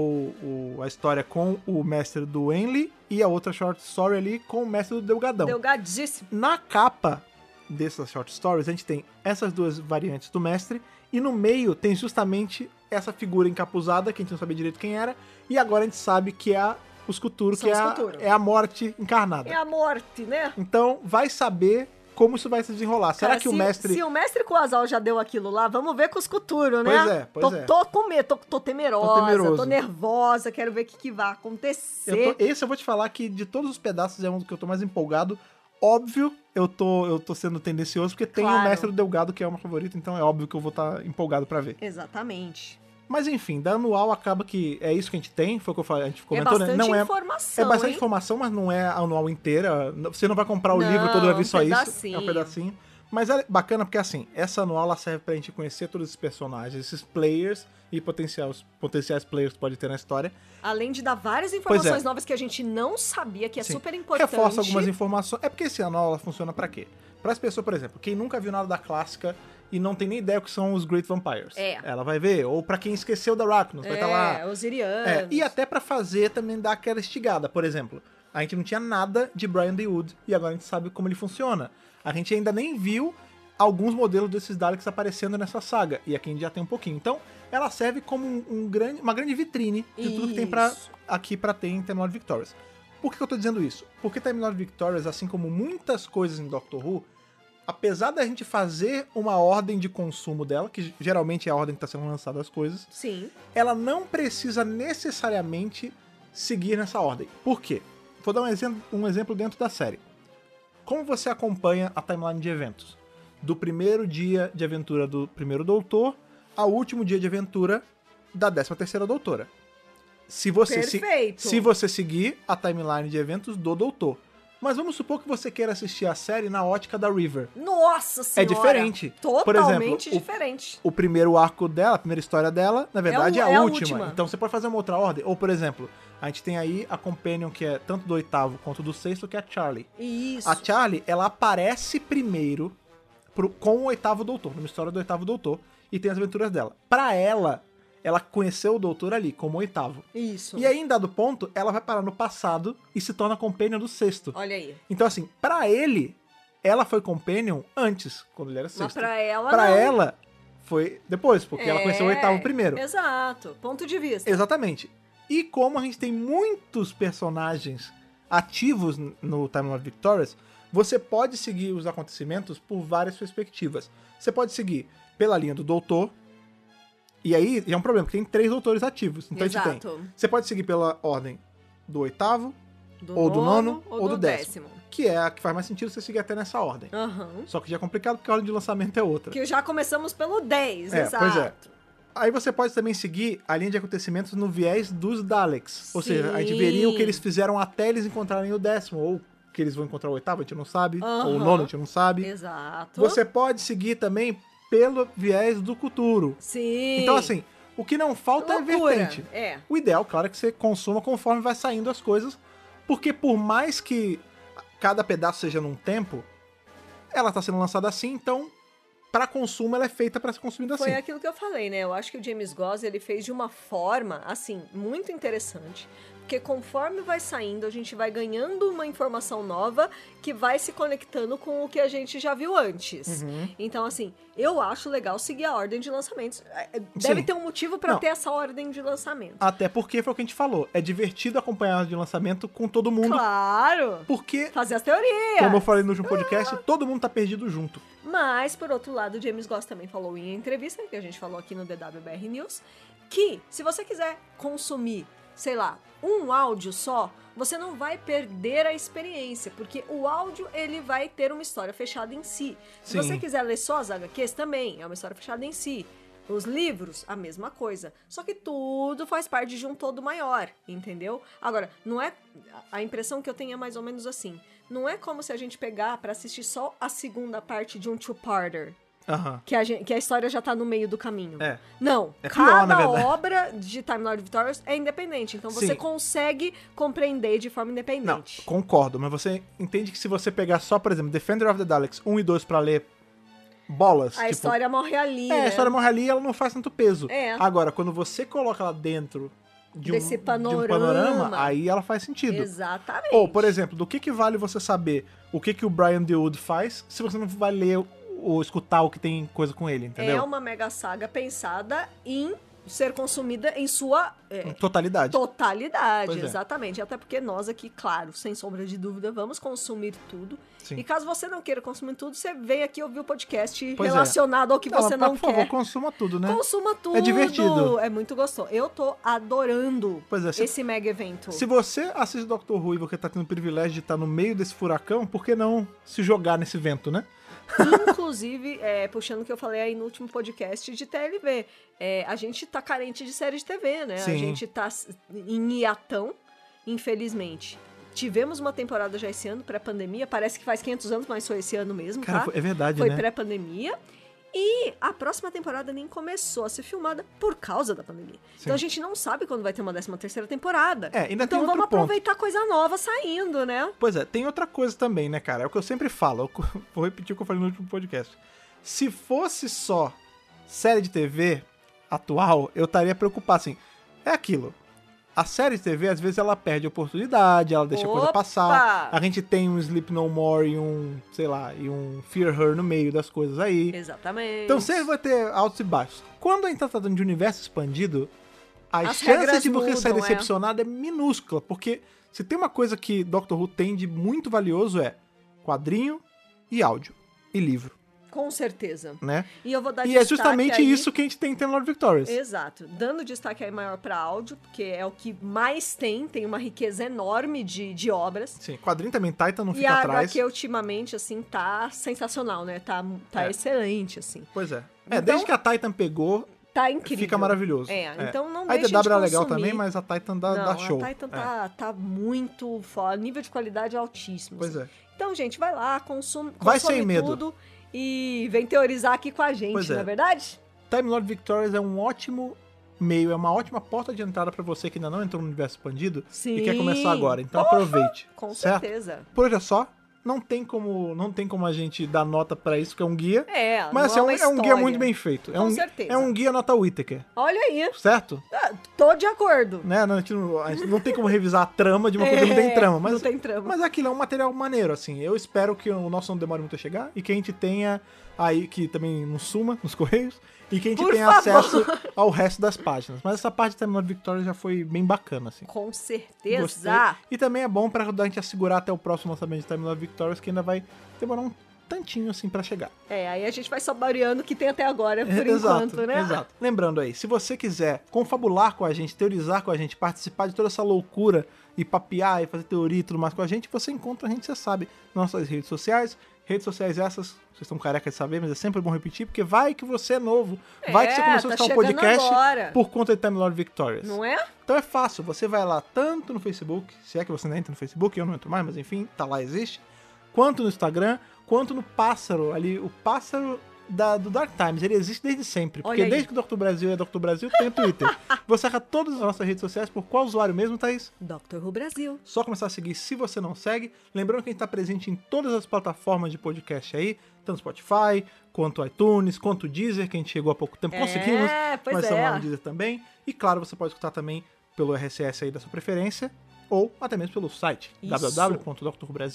Speaker 1: o- a história com o mestre do Enley e a outra short story ali com o mestre do Delgadão.
Speaker 2: Delgadíssimo.
Speaker 1: Na capa dessas short stories, a gente tem essas duas variantes do mestre e no meio tem justamente essa figura encapuzada, que a gente não sabia direito quem era, e agora a gente sabe que é a, os Cthulhu,
Speaker 2: São
Speaker 1: que é
Speaker 2: os
Speaker 1: a,
Speaker 2: Cthulhu.
Speaker 1: é a morte encarnada.
Speaker 2: É a morte, né?
Speaker 1: Então, vai saber como isso vai se desenrolar. Será
Speaker 2: Cara,
Speaker 1: que o
Speaker 2: se
Speaker 1: mestre...
Speaker 2: Se o mestre Coasal já deu aquilo lá, vamos ver com os Cuturo, né?
Speaker 1: Pois é, pois
Speaker 2: tô,
Speaker 1: é.
Speaker 2: Tô com medo, tô, tô temerosa,
Speaker 1: Tô
Speaker 2: tô,
Speaker 1: temeroso.
Speaker 2: nervosa, quero ver o que, que vai acontecer.
Speaker 1: Eu tô- esse eu vou te falar que de todos os pedaços é um que eu tô mais empolgado. Óbvio, eu tô, eu tô sendo tendencioso, porque tem o
Speaker 2: Claro.
Speaker 1: Mestre do Delgado, que é o meu favorito, então é óbvio que eu vou estar empolgado pra ver.
Speaker 2: Exatamente.
Speaker 1: Mas enfim, da anual acaba que é isso que a gente tem, foi o que eu falei, a gente
Speaker 2: é
Speaker 1: comentou, né?
Speaker 2: bastante
Speaker 1: Não é,
Speaker 2: informação,
Speaker 1: é bastante
Speaker 2: hein?
Speaker 1: informação, mas não é a anual inteira. Você não vai comprar o
Speaker 2: Não,
Speaker 1: livro todo, vai
Speaker 2: um
Speaker 1: vir só isso.
Speaker 2: pedacinho.
Speaker 1: É um pedacinho. Mas é bacana porque, assim, essa anual ela serve pra gente conhecer todos esses personagens, esses players e potenciais, potenciais players que pode ter na história.
Speaker 2: Além de dar várias
Speaker 1: é.
Speaker 2: informações novas que a gente não sabia, que é
Speaker 1: Sim.
Speaker 2: super importante.
Speaker 1: Reforça algumas informações. É porque esse anual ela funciona pra quê? Para as pessoas, por exemplo, quem nunca viu nada da clássica e não tem nem ideia o que são os Great Vampires.
Speaker 2: É.
Speaker 1: Ela vai ver. Ou pra quem esqueceu da Arachnos, vai
Speaker 2: É,
Speaker 1: estar lá.
Speaker 2: os irianos.
Speaker 1: É, e até pra fazer também dar aquela estigada. Por exemplo, a gente não tinha nada de Brian The Wood e agora a gente sabe como ele funciona. A gente ainda nem viu alguns modelos desses Daleks aparecendo nessa saga. E aqui a gente já tem um pouquinho. Então, ela serve como um, um grande, uma grande vitrine de tudo que tem pra,
Speaker 2: Isso.
Speaker 1: aqui pra ter em Time Lord Victorious. Por que que eu tô dizendo isso? Porque Time Lord Victorious, assim como muitas coisas em Doctor Who, apesar da gente fazer uma ordem de consumo dela, que geralmente é a ordem que tá sendo lançada as coisas,
Speaker 2: Sim,
Speaker 1: ela não precisa necessariamente seguir nessa ordem. Por quê? Vou dar um exemplo, um exemplo dentro da série. Como você acompanha a timeline de eventos? Do primeiro dia de aventura do primeiro doutor ao último dia de aventura da décima terceira doutora. Se você, se,
Speaker 2: perfeito.
Speaker 1: se você seguir a timeline de eventos do doutor. Mas vamos supor que você queira assistir a série na ótica da River.
Speaker 2: Nossa senhora.
Speaker 1: É diferente.
Speaker 2: Totalmente
Speaker 1: Por exemplo, o-
Speaker 2: diferente.
Speaker 1: o primeiro arco dela, a primeira história dela, na verdade, é,
Speaker 2: o-
Speaker 1: a,
Speaker 2: é a
Speaker 1: última.
Speaker 2: última.
Speaker 1: Então você pode fazer uma outra ordem. Ou, por exemplo, a gente tem aí a Companion, que é tanto do oitavo quanto do sexto, que é a Charlie.
Speaker 2: Isso.
Speaker 1: A Charlie, ela aparece primeiro pro- com o oitavo doutor, numa história do oitavo doutor, e tem as aventuras dela. Pra ela, Ela conheceu o doutor ali, como oitavo.
Speaker 2: Isso.
Speaker 1: E aí, em dado ponto, ela vai parar no passado e se torna companion do sexto.
Speaker 2: Olha aí.
Speaker 1: Então, assim, pra ele, ela foi companion antes, quando ele era sexto.
Speaker 2: Mas pra ela.
Speaker 1: Pra
Speaker 2: não.
Speaker 1: ela, foi depois, porque ela
Speaker 2: É,
Speaker 1: conheceu o oitavo primeiro.
Speaker 2: Exato. Ponto de vista.
Speaker 1: Exatamente. E como a gente tem muitos personagens ativos n- no Time Lord Victorious, você pode seguir os acontecimentos por várias perspectivas. Você pode seguir pela linha do doutor, e aí já é um problema, porque tem três doutores ativos. Então a gente tem.
Speaker 2: Exato.
Speaker 1: Você pode seguir pela ordem do oitavo, ou do nono, ou do décimo. que é a que faz mais sentido você seguir até nessa ordem.
Speaker 2: Aham.
Speaker 1: Só que já é complicado porque a ordem de lançamento é outra.
Speaker 2: Que já começamos pelo 10,
Speaker 1: É,
Speaker 2: exato.
Speaker 1: pois é. Aí você pode também seguir a linha de acontecimentos no viés dos Daleks. Ou
Speaker 2: Sim.
Speaker 1: seja, a gente veria o que eles fizeram até eles encontrarem o décimo, ou que eles vão encontrar o oitavo, a gente não sabe,
Speaker 2: Aham.
Speaker 1: ou o nono, a gente não sabe.
Speaker 2: Exato.
Speaker 1: Você pode seguir também pelo viés do futuro.
Speaker 2: Sim.
Speaker 1: Então, assim, o que não falta
Speaker 2: Loucura.
Speaker 1: é vertente.
Speaker 2: É.
Speaker 1: O ideal, claro, é que você consuma conforme vai saindo as coisas, porque por mais que cada pedaço seja num tempo, ela tá sendo lançada assim, então para consumo ela é feita para ser consumida
Speaker 2: Foi
Speaker 1: assim.
Speaker 2: aquilo que eu falei, né? Eu acho que o James Goss ele fez de uma forma, assim, muito interessante. Porque conforme vai saindo, a gente vai ganhando uma informação nova que vai se conectando com o que a gente já viu antes.
Speaker 1: Uhum.
Speaker 2: Então, assim, eu acho legal seguir a ordem de lançamentos. É, Deve
Speaker 1: Sim.
Speaker 2: ter um motivo pra
Speaker 1: Não.
Speaker 2: ter essa ordem de lançamento.
Speaker 1: Até porque foi o que a gente falou. É divertido acompanhar a de lançamento com todo mundo.
Speaker 2: Claro! É.
Speaker 1: Porque,
Speaker 2: Fazer as teorias!
Speaker 1: como eu falei no último
Speaker 2: Uhum.
Speaker 1: podcast, todo mundo tá perdido junto.
Speaker 2: Mas, por outro lado, o James Goss também falou em entrevista, que a gente falou aqui no DWBR News, que se você quiser consumir, sei lá, um áudio só, você não vai perder a experiência, porque o áudio ele vai ter uma história fechada em si. Se
Speaker 1: Sim.
Speaker 2: você quiser ler só as HQs, também é uma história fechada em si. Os livros, a mesma coisa. Só que tudo faz parte de um todo maior, entendeu? Agora, não é. A impressão que eu tenho é mais ou menos assim. Não é como se a gente pegar pra assistir só a segunda parte de um two-parter,
Speaker 1: Aham.
Speaker 2: que a, gente- que a história já tá no meio do caminho.
Speaker 1: É.
Speaker 2: Não,
Speaker 1: É pior,
Speaker 2: cada
Speaker 1: na verdade.
Speaker 2: obra de Time Lord Victorious é independente, então você
Speaker 1: Sim.
Speaker 2: consegue compreender de forma
Speaker 1: Não,
Speaker 2: independente.
Speaker 1: concordo, mas você entende que se você pegar só, por exemplo, Defender of the Daleks 1 e 2 pra ler bolas,
Speaker 2: a
Speaker 1: tipo,
Speaker 2: história morre ali,
Speaker 1: É,
Speaker 2: né?
Speaker 1: a história morre ali ela não faz tanto peso.
Speaker 2: É.
Speaker 1: Agora, quando você coloca ela dentro de um,
Speaker 2: Desse
Speaker 1: de um
Speaker 2: panorama.
Speaker 1: panorama, aí ela faz sentido.
Speaker 2: Exatamente.
Speaker 1: é Ou, por exemplo, do que, que vale você saber o que, que o Brian DeWood faz se você não vai ler ou escutar o que tem coisa com ele, entendeu?
Speaker 2: É uma mega saga pensada em ser consumida em sua é,
Speaker 1: Totalidade.
Speaker 2: totalidade,
Speaker 1: Pois é.
Speaker 2: exatamente. Até porque nós aqui, claro, sem sombra de dúvida, vamos consumir tudo.
Speaker 1: Sim.
Speaker 2: E caso você não queira consumir tudo, você vem aqui ouvir o podcast
Speaker 1: Pois é.
Speaker 2: relacionado ao que
Speaker 1: Não,
Speaker 2: você
Speaker 1: mas,
Speaker 2: não
Speaker 1: por
Speaker 2: quer.
Speaker 1: favor, consuma tudo, né?
Speaker 2: Consuma tudo.
Speaker 1: É divertido.
Speaker 2: É muito gostoso. Eu tô adorando
Speaker 1: Pois é, se-
Speaker 2: esse mega evento.
Speaker 1: Se você assiste Doctor Who e você tá tendo o privilégio de estar no meio desse furacão, por que não se jogar nesse vento, né?
Speaker 2: Inclusive, é, puxando o que eu falei aí no último podcast de TLV, é, a gente tá carente de série de TV, né? A
Speaker 1: Sim.
Speaker 2: gente tá s- em hiatão, infelizmente. Tivemos uma temporada já esse ano, pré-pandemia. Parece que faz 500 anos, mas foi esse ano mesmo,
Speaker 1: Cara,
Speaker 2: tá?
Speaker 1: é verdade,
Speaker 2: Foi
Speaker 1: né?
Speaker 2: pré-pandemia. E a próxima temporada nem começou a ser filmada por causa da pandemia. Então a gente não sabe quando vai ter uma 13 terceira temporada.
Speaker 1: É, ainda tem
Speaker 2: então vamos
Speaker 1: outro ponto.
Speaker 2: aproveitar coisa nova saindo, né?
Speaker 1: Pois é, tem outra coisa também, né, cara? É o que eu sempre falo. eu [laughs] vou repetir o que eu falei no último podcast. Se fosse só série de TV atual, eu estaria preocupado, assim. É aquilo. A série de TV, às vezes, ela perde a oportunidade, ela deixa a coisa
Speaker 2: Opa!
Speaker 1: passar. A gente tem um Sleep No More e um, sei lá, e um Fear Her no meio das coisas aí.
Speaker 2: Exatamente.
Speaker 1: Então sempre vai ter altos e baixos. Quando a gente tá tratando de universo expandido, a
Speaker 2: As
Speaker 1: chance
Speaker 2: regras
Speaker 1: de você sair
Speaker 2: mudam, é.
Speaker 1: decepcionado é minúscula, porque se tem uma coisa que Doctor Who tem de muito valioso é quadrinho e áudio e livro,
Speaker 2: Com certeza.
Speaker 1: né?
Speaker 2: E eu vou dar
Speaker 1: E é
Speaker 2: Tá destaque
Speaker 1: justamente
Speaker 2: aí-
Speaker 1: isso que a gente tem em Lord Victorious.
Speaker 2: Exato. Dando destaque aí maior pra áudio, porque é o que mais tem, tem uma riqueza enorme de, de obras.
Speaker 1: Sim, quadrinho também, Titan não
Speaker 2: e
Speaker 1: fica
Speaker 2: a
Speaker 1: atrás.
Speaker 2: HQ ultimamente, assim, tá sensacional, né? Tá, tá
Speaker 1: É.
Speaker 2: excelente, assim.
Speaker 1: Pois é. É,
Speaker 2: Então-
Speaker 1: desde que a Titan pegou,
Speaker 2: Tá incrível.
Speaker 1: fica maravilhoso.
Speaker 2: É, então não
Speaker 1: A
Speaker 2: deixem de
Speaker 1: IDW é legal
Speaker 2: consumir.
Speaker 1: também, mas a Titan dá,
Speaker 2: Não,
Speaker 1: dá show.
Speaker 2: a Titan tá, tá muito foda. Nível de qualidade altíssimo.
Speaker 1: É. Pois
Speaker 2: assim.
Speaker 1: é.
Speaker 2: Então, gente, vai lá, consome, consome
Speaker 1: Vai sem medo.
Speaker 2: tudo e vem teorizar aqui com a gente,
Speaker 1: Pois
Speaker 2: não é
Speaker 1: é.
Speaker 2: verdade?
Speaker 1: Time Lord Victorious é um ótimo meio, é uma ótima porta de entrada pra você que ainda não entrou no universo expandido
Speaker 2: Sim.
Speaker 1: e quer começar agora. Então
Speaker 2: Porra!
Speaker 1: aproveite.
Speaker 2: Com
Speaker 1: certo?
Speaker 2: certeza.
Speaker 1: Por hoje é só. não tem como não tem como a gente dar nota pra isso, porque é um guia.
Speaker 2: É,
Speaker 1: mas assim, é,
Speaker 2: não
Speaker 1: um,
Speaker 2: é
Speaker 1: é um guia
Speaker 2: uma história.
Speaker 1: muito bem feito. É
Speaker 2: Com
Speaker 1: um,
Speaker 2: certeza.
Speaker 1: É um guia nota Whittaker,
Speaker 2: Olha aí.
Speaker 1: certo?
Speaker 2: Ah, Tô de acordo.
Speaker 1: Né? Não, a, gente não, a gente não tem como revisar a trama de uma coisa que não tem
Speaker 2: É,
Speaker 1: trama. Mas,
Speaker 2: não tem trama.
Speaker 1: Mas aquilo é um material maneiro, assim. Eu espero que o nosso não demore muito a chegar e que a gente tenha aí, que também nos suma, nos correios, e que a gente
Speaker 2: Por
Speaker 1: tenha
Speaker 2: favor.
Speaker 1: acesso ao resto das páginas. Mas essa parte da Menor Victoria já foi bem bacana, assim.
Speaker 2: Com certeza.
Speaker 1: Gostei. E também é bom pra ajudar a gente a segurar até o próximo lançamento de Time Love Victorious, que ainda vai demorar um tantinho assim pra chegar.
Speaker 2: É, aí a gente vai só variando o que tem até agora, [laughs]
Speaker 1: [laughs]
Speaker 2: por
Speaker 1: exato,
Speaker 2: enquanto, né?
Speaker 1: Exato. Lembrando aí, se você quiser confabular com a gente, teorizar com a gente, participar de toda essa loucura e papear e fazer teoria e tudo mais com a gente, você encontra a gente, você sabe, nas nossas redes sociais. Redes sociais essas, vocês estão carecas de saber, mas é sempre bom repetir, porque vai que você é novo, vai que você
Speaker 2: É,
Speaker 1: começou a
Speaker 2: tá
Speaker 1: escutar um
Speaker 2: chegando
Speaker 1: podcast
Speaker 2: agora.
Speaker 1: por conta de Time Lord Victorious.
Speaker 2: Não é?
Speaker 1: Então é fácil, você vai lá tanto no Facebook, se é que você não entra no Facebook, eu não entro mais, mas enfim, tá lá, existe, quanto no Instagram, quanto no Pássaro, ali, o Pássaro da- do Dark Times, ele existe desde sempre, porque
Speaker 2: aí.
Speaker 1: desde que o Dr. Brasil é Dr. Brasil, tem o
Speaker 2: [laughs]
Speaker 1: Twitter. você acha todas as nossas redes sociais por qual usuário mesmo, Thaís?
Speaker 2: Dr. Who Brasil.
Speaker 1: Só começar a seguir se você não segue. Lembrando que a gente tá presente em todas as plataformas de podcast aí, tanto Spotify, quanto iTunes, quanto Deezer, que a gente chegou há pouco tempo.
Speaker 2: É,
Speaker 1: Conseguimos,
Speaker 2: pois
Speaker 1: mas
Speaker 2: é.
Speaker 1: estamos lá no Deezer também. E claro, você pode escutar também pelo RSS aí da sua preferência, ou até mesmo pelo site
Speaker 2: Isso.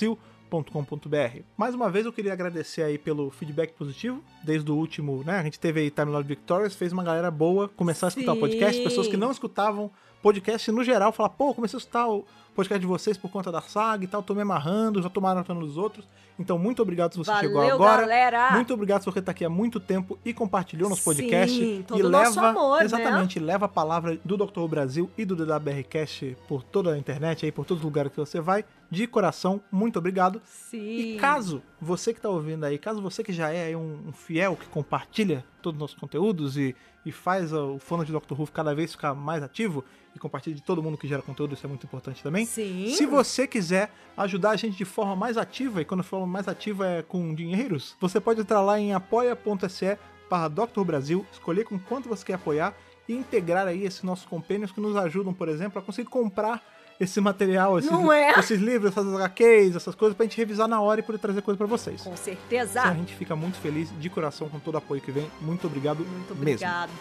Speaker 1: www.drbrasil.com.br. Mais uma vez eu queria agradecer aí pelo feedback positivo, desde o último, né? A gente teve aí Time Lord Victorious, fez uma galera boa começar a escutar o podcast,
Speaker 2: Sim.
Speaker 1: pessoas que não escutavam podcast no geral, falar, pô, comecei a escutar o podcast de vocês por conta da saga e tal, tô me amarrando, já tô maratando dos outros. Então, muito obrigado se você chegou
Speaker 2: Valeu,
Speaker 1: agora.
Speaker 2: galera!
Speaker 1: Muito obrigado se você tá aqui há muito tempo e compartilhou nosso
Speaker 2: Ah. Sim,
Speaker 1: podcast.
Speaker 2: todo
Speaker 1: e
Speaker 2: o
Speaker 1: leva,
Speaker 2: nosso amor, né?
Speaker 1: exatamente, leva a palavra do Dr. Brasil e do DWRcast por toda a internet aí, por todos os lugares que você vai. De coração, muito obrigado.
Speaker 2: Sim.
Speaker 1: E caso você que tá ouvindo aí, caso você que já é aí um, um fiel que compartilha todos os nossos conteúdos e, e faz o fã de Dr. Who cada vez ficar mais ativo e compartilha de todo mundo que gera conteúdo, isso é muito importante também.
Speaker 2: Sim.
Speaker 1: Se você quiser ajudar a gente de forma mais ativa, e quando eu falo mais ativa é com dinheiros, você pode entrar lá em apoia.se barra Dr. Brasil, escolher com quanto você quer apoiar e integrar aí esses nossos compênios que nos ajudam, por exemplo, a conseguir comprar esse material, esses,
Speaker 2: Não é?
Speaker 1: esses livros, essas HQs, essas coisas, pra gente revisar na hora e poder trazer coisa pra vocês.
Speaker 2: Com
Speaker 1: Então a
Speaker 2: certeza.
Speaker 1: gente fica muito feliz de coração com todo o apoio que vem. Muito obrigado
Speaker 2: Muito
Speaker 1: mesmo.
Speaker 2: obrigada.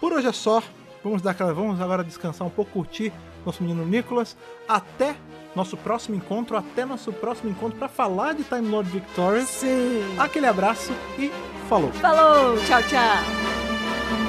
Speaker 1: Por hoje é só. Vamos dar aquela, vamos agora descansar um pouco, curtir nosso menino Nicolas. Até nosso próximo encontro, até nosso próximo encontro para falar de Time Lord Victorious.
Speaker 2: Sim.
Speaker 1: Aquele abraço e falou.
Speaker 2: Falou, tchau, tchau.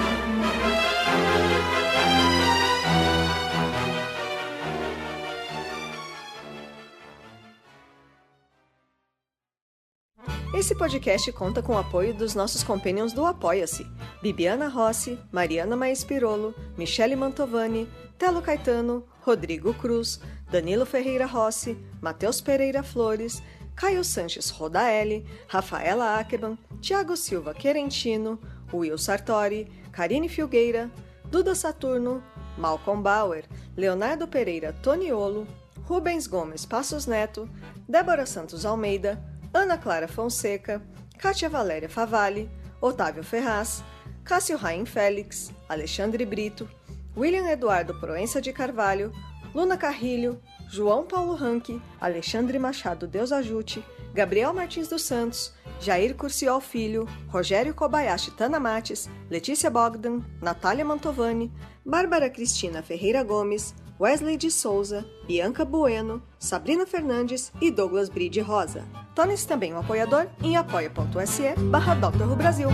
Speaker 2: Esse podcast conta com o apoio dos nossos companions do Apoia-se: Bibiana Rossi, Mariana Maes Pirolo, Michele Mantovani, Telo Caetano, Rodrigo Cruz, Danilo Ferreira Rossi, Matheus Pereira Flores, Caio Sanches Rodaelli, Rafaela Ackerman, Tiago Silva Querentino, Will Sartori, Karine Filgueira, Duda Saturno, Malcolm Bauer, Leonardo Pereira Toniolo, Rubens Gomes Passos Neto, Débora Santos Almeida, Ana Clara Fonseca, Kátia Valéria Favalli, Otávio Ferraz, Cássio Raim Félix, Alexandre Brito, William Eduardo Proença de Carvalho, Luna Carrilho, João Paulo Ranque, Alexandre Machado Deus Ajute, Gabriel Martins dos Santos, Jair Curciol Filho, Rogério Kobayashi Tana Mates, Letícia Bogdan, Natália Mantovani, Bárbara Cristina Ferreira Gomes, Wesley de Souza, Bianca Bueno, Sabrina Fernandes e Douglas Bride Rosa. Torne-se também um apoiador em apoia.se barra Dr. Who Brasil.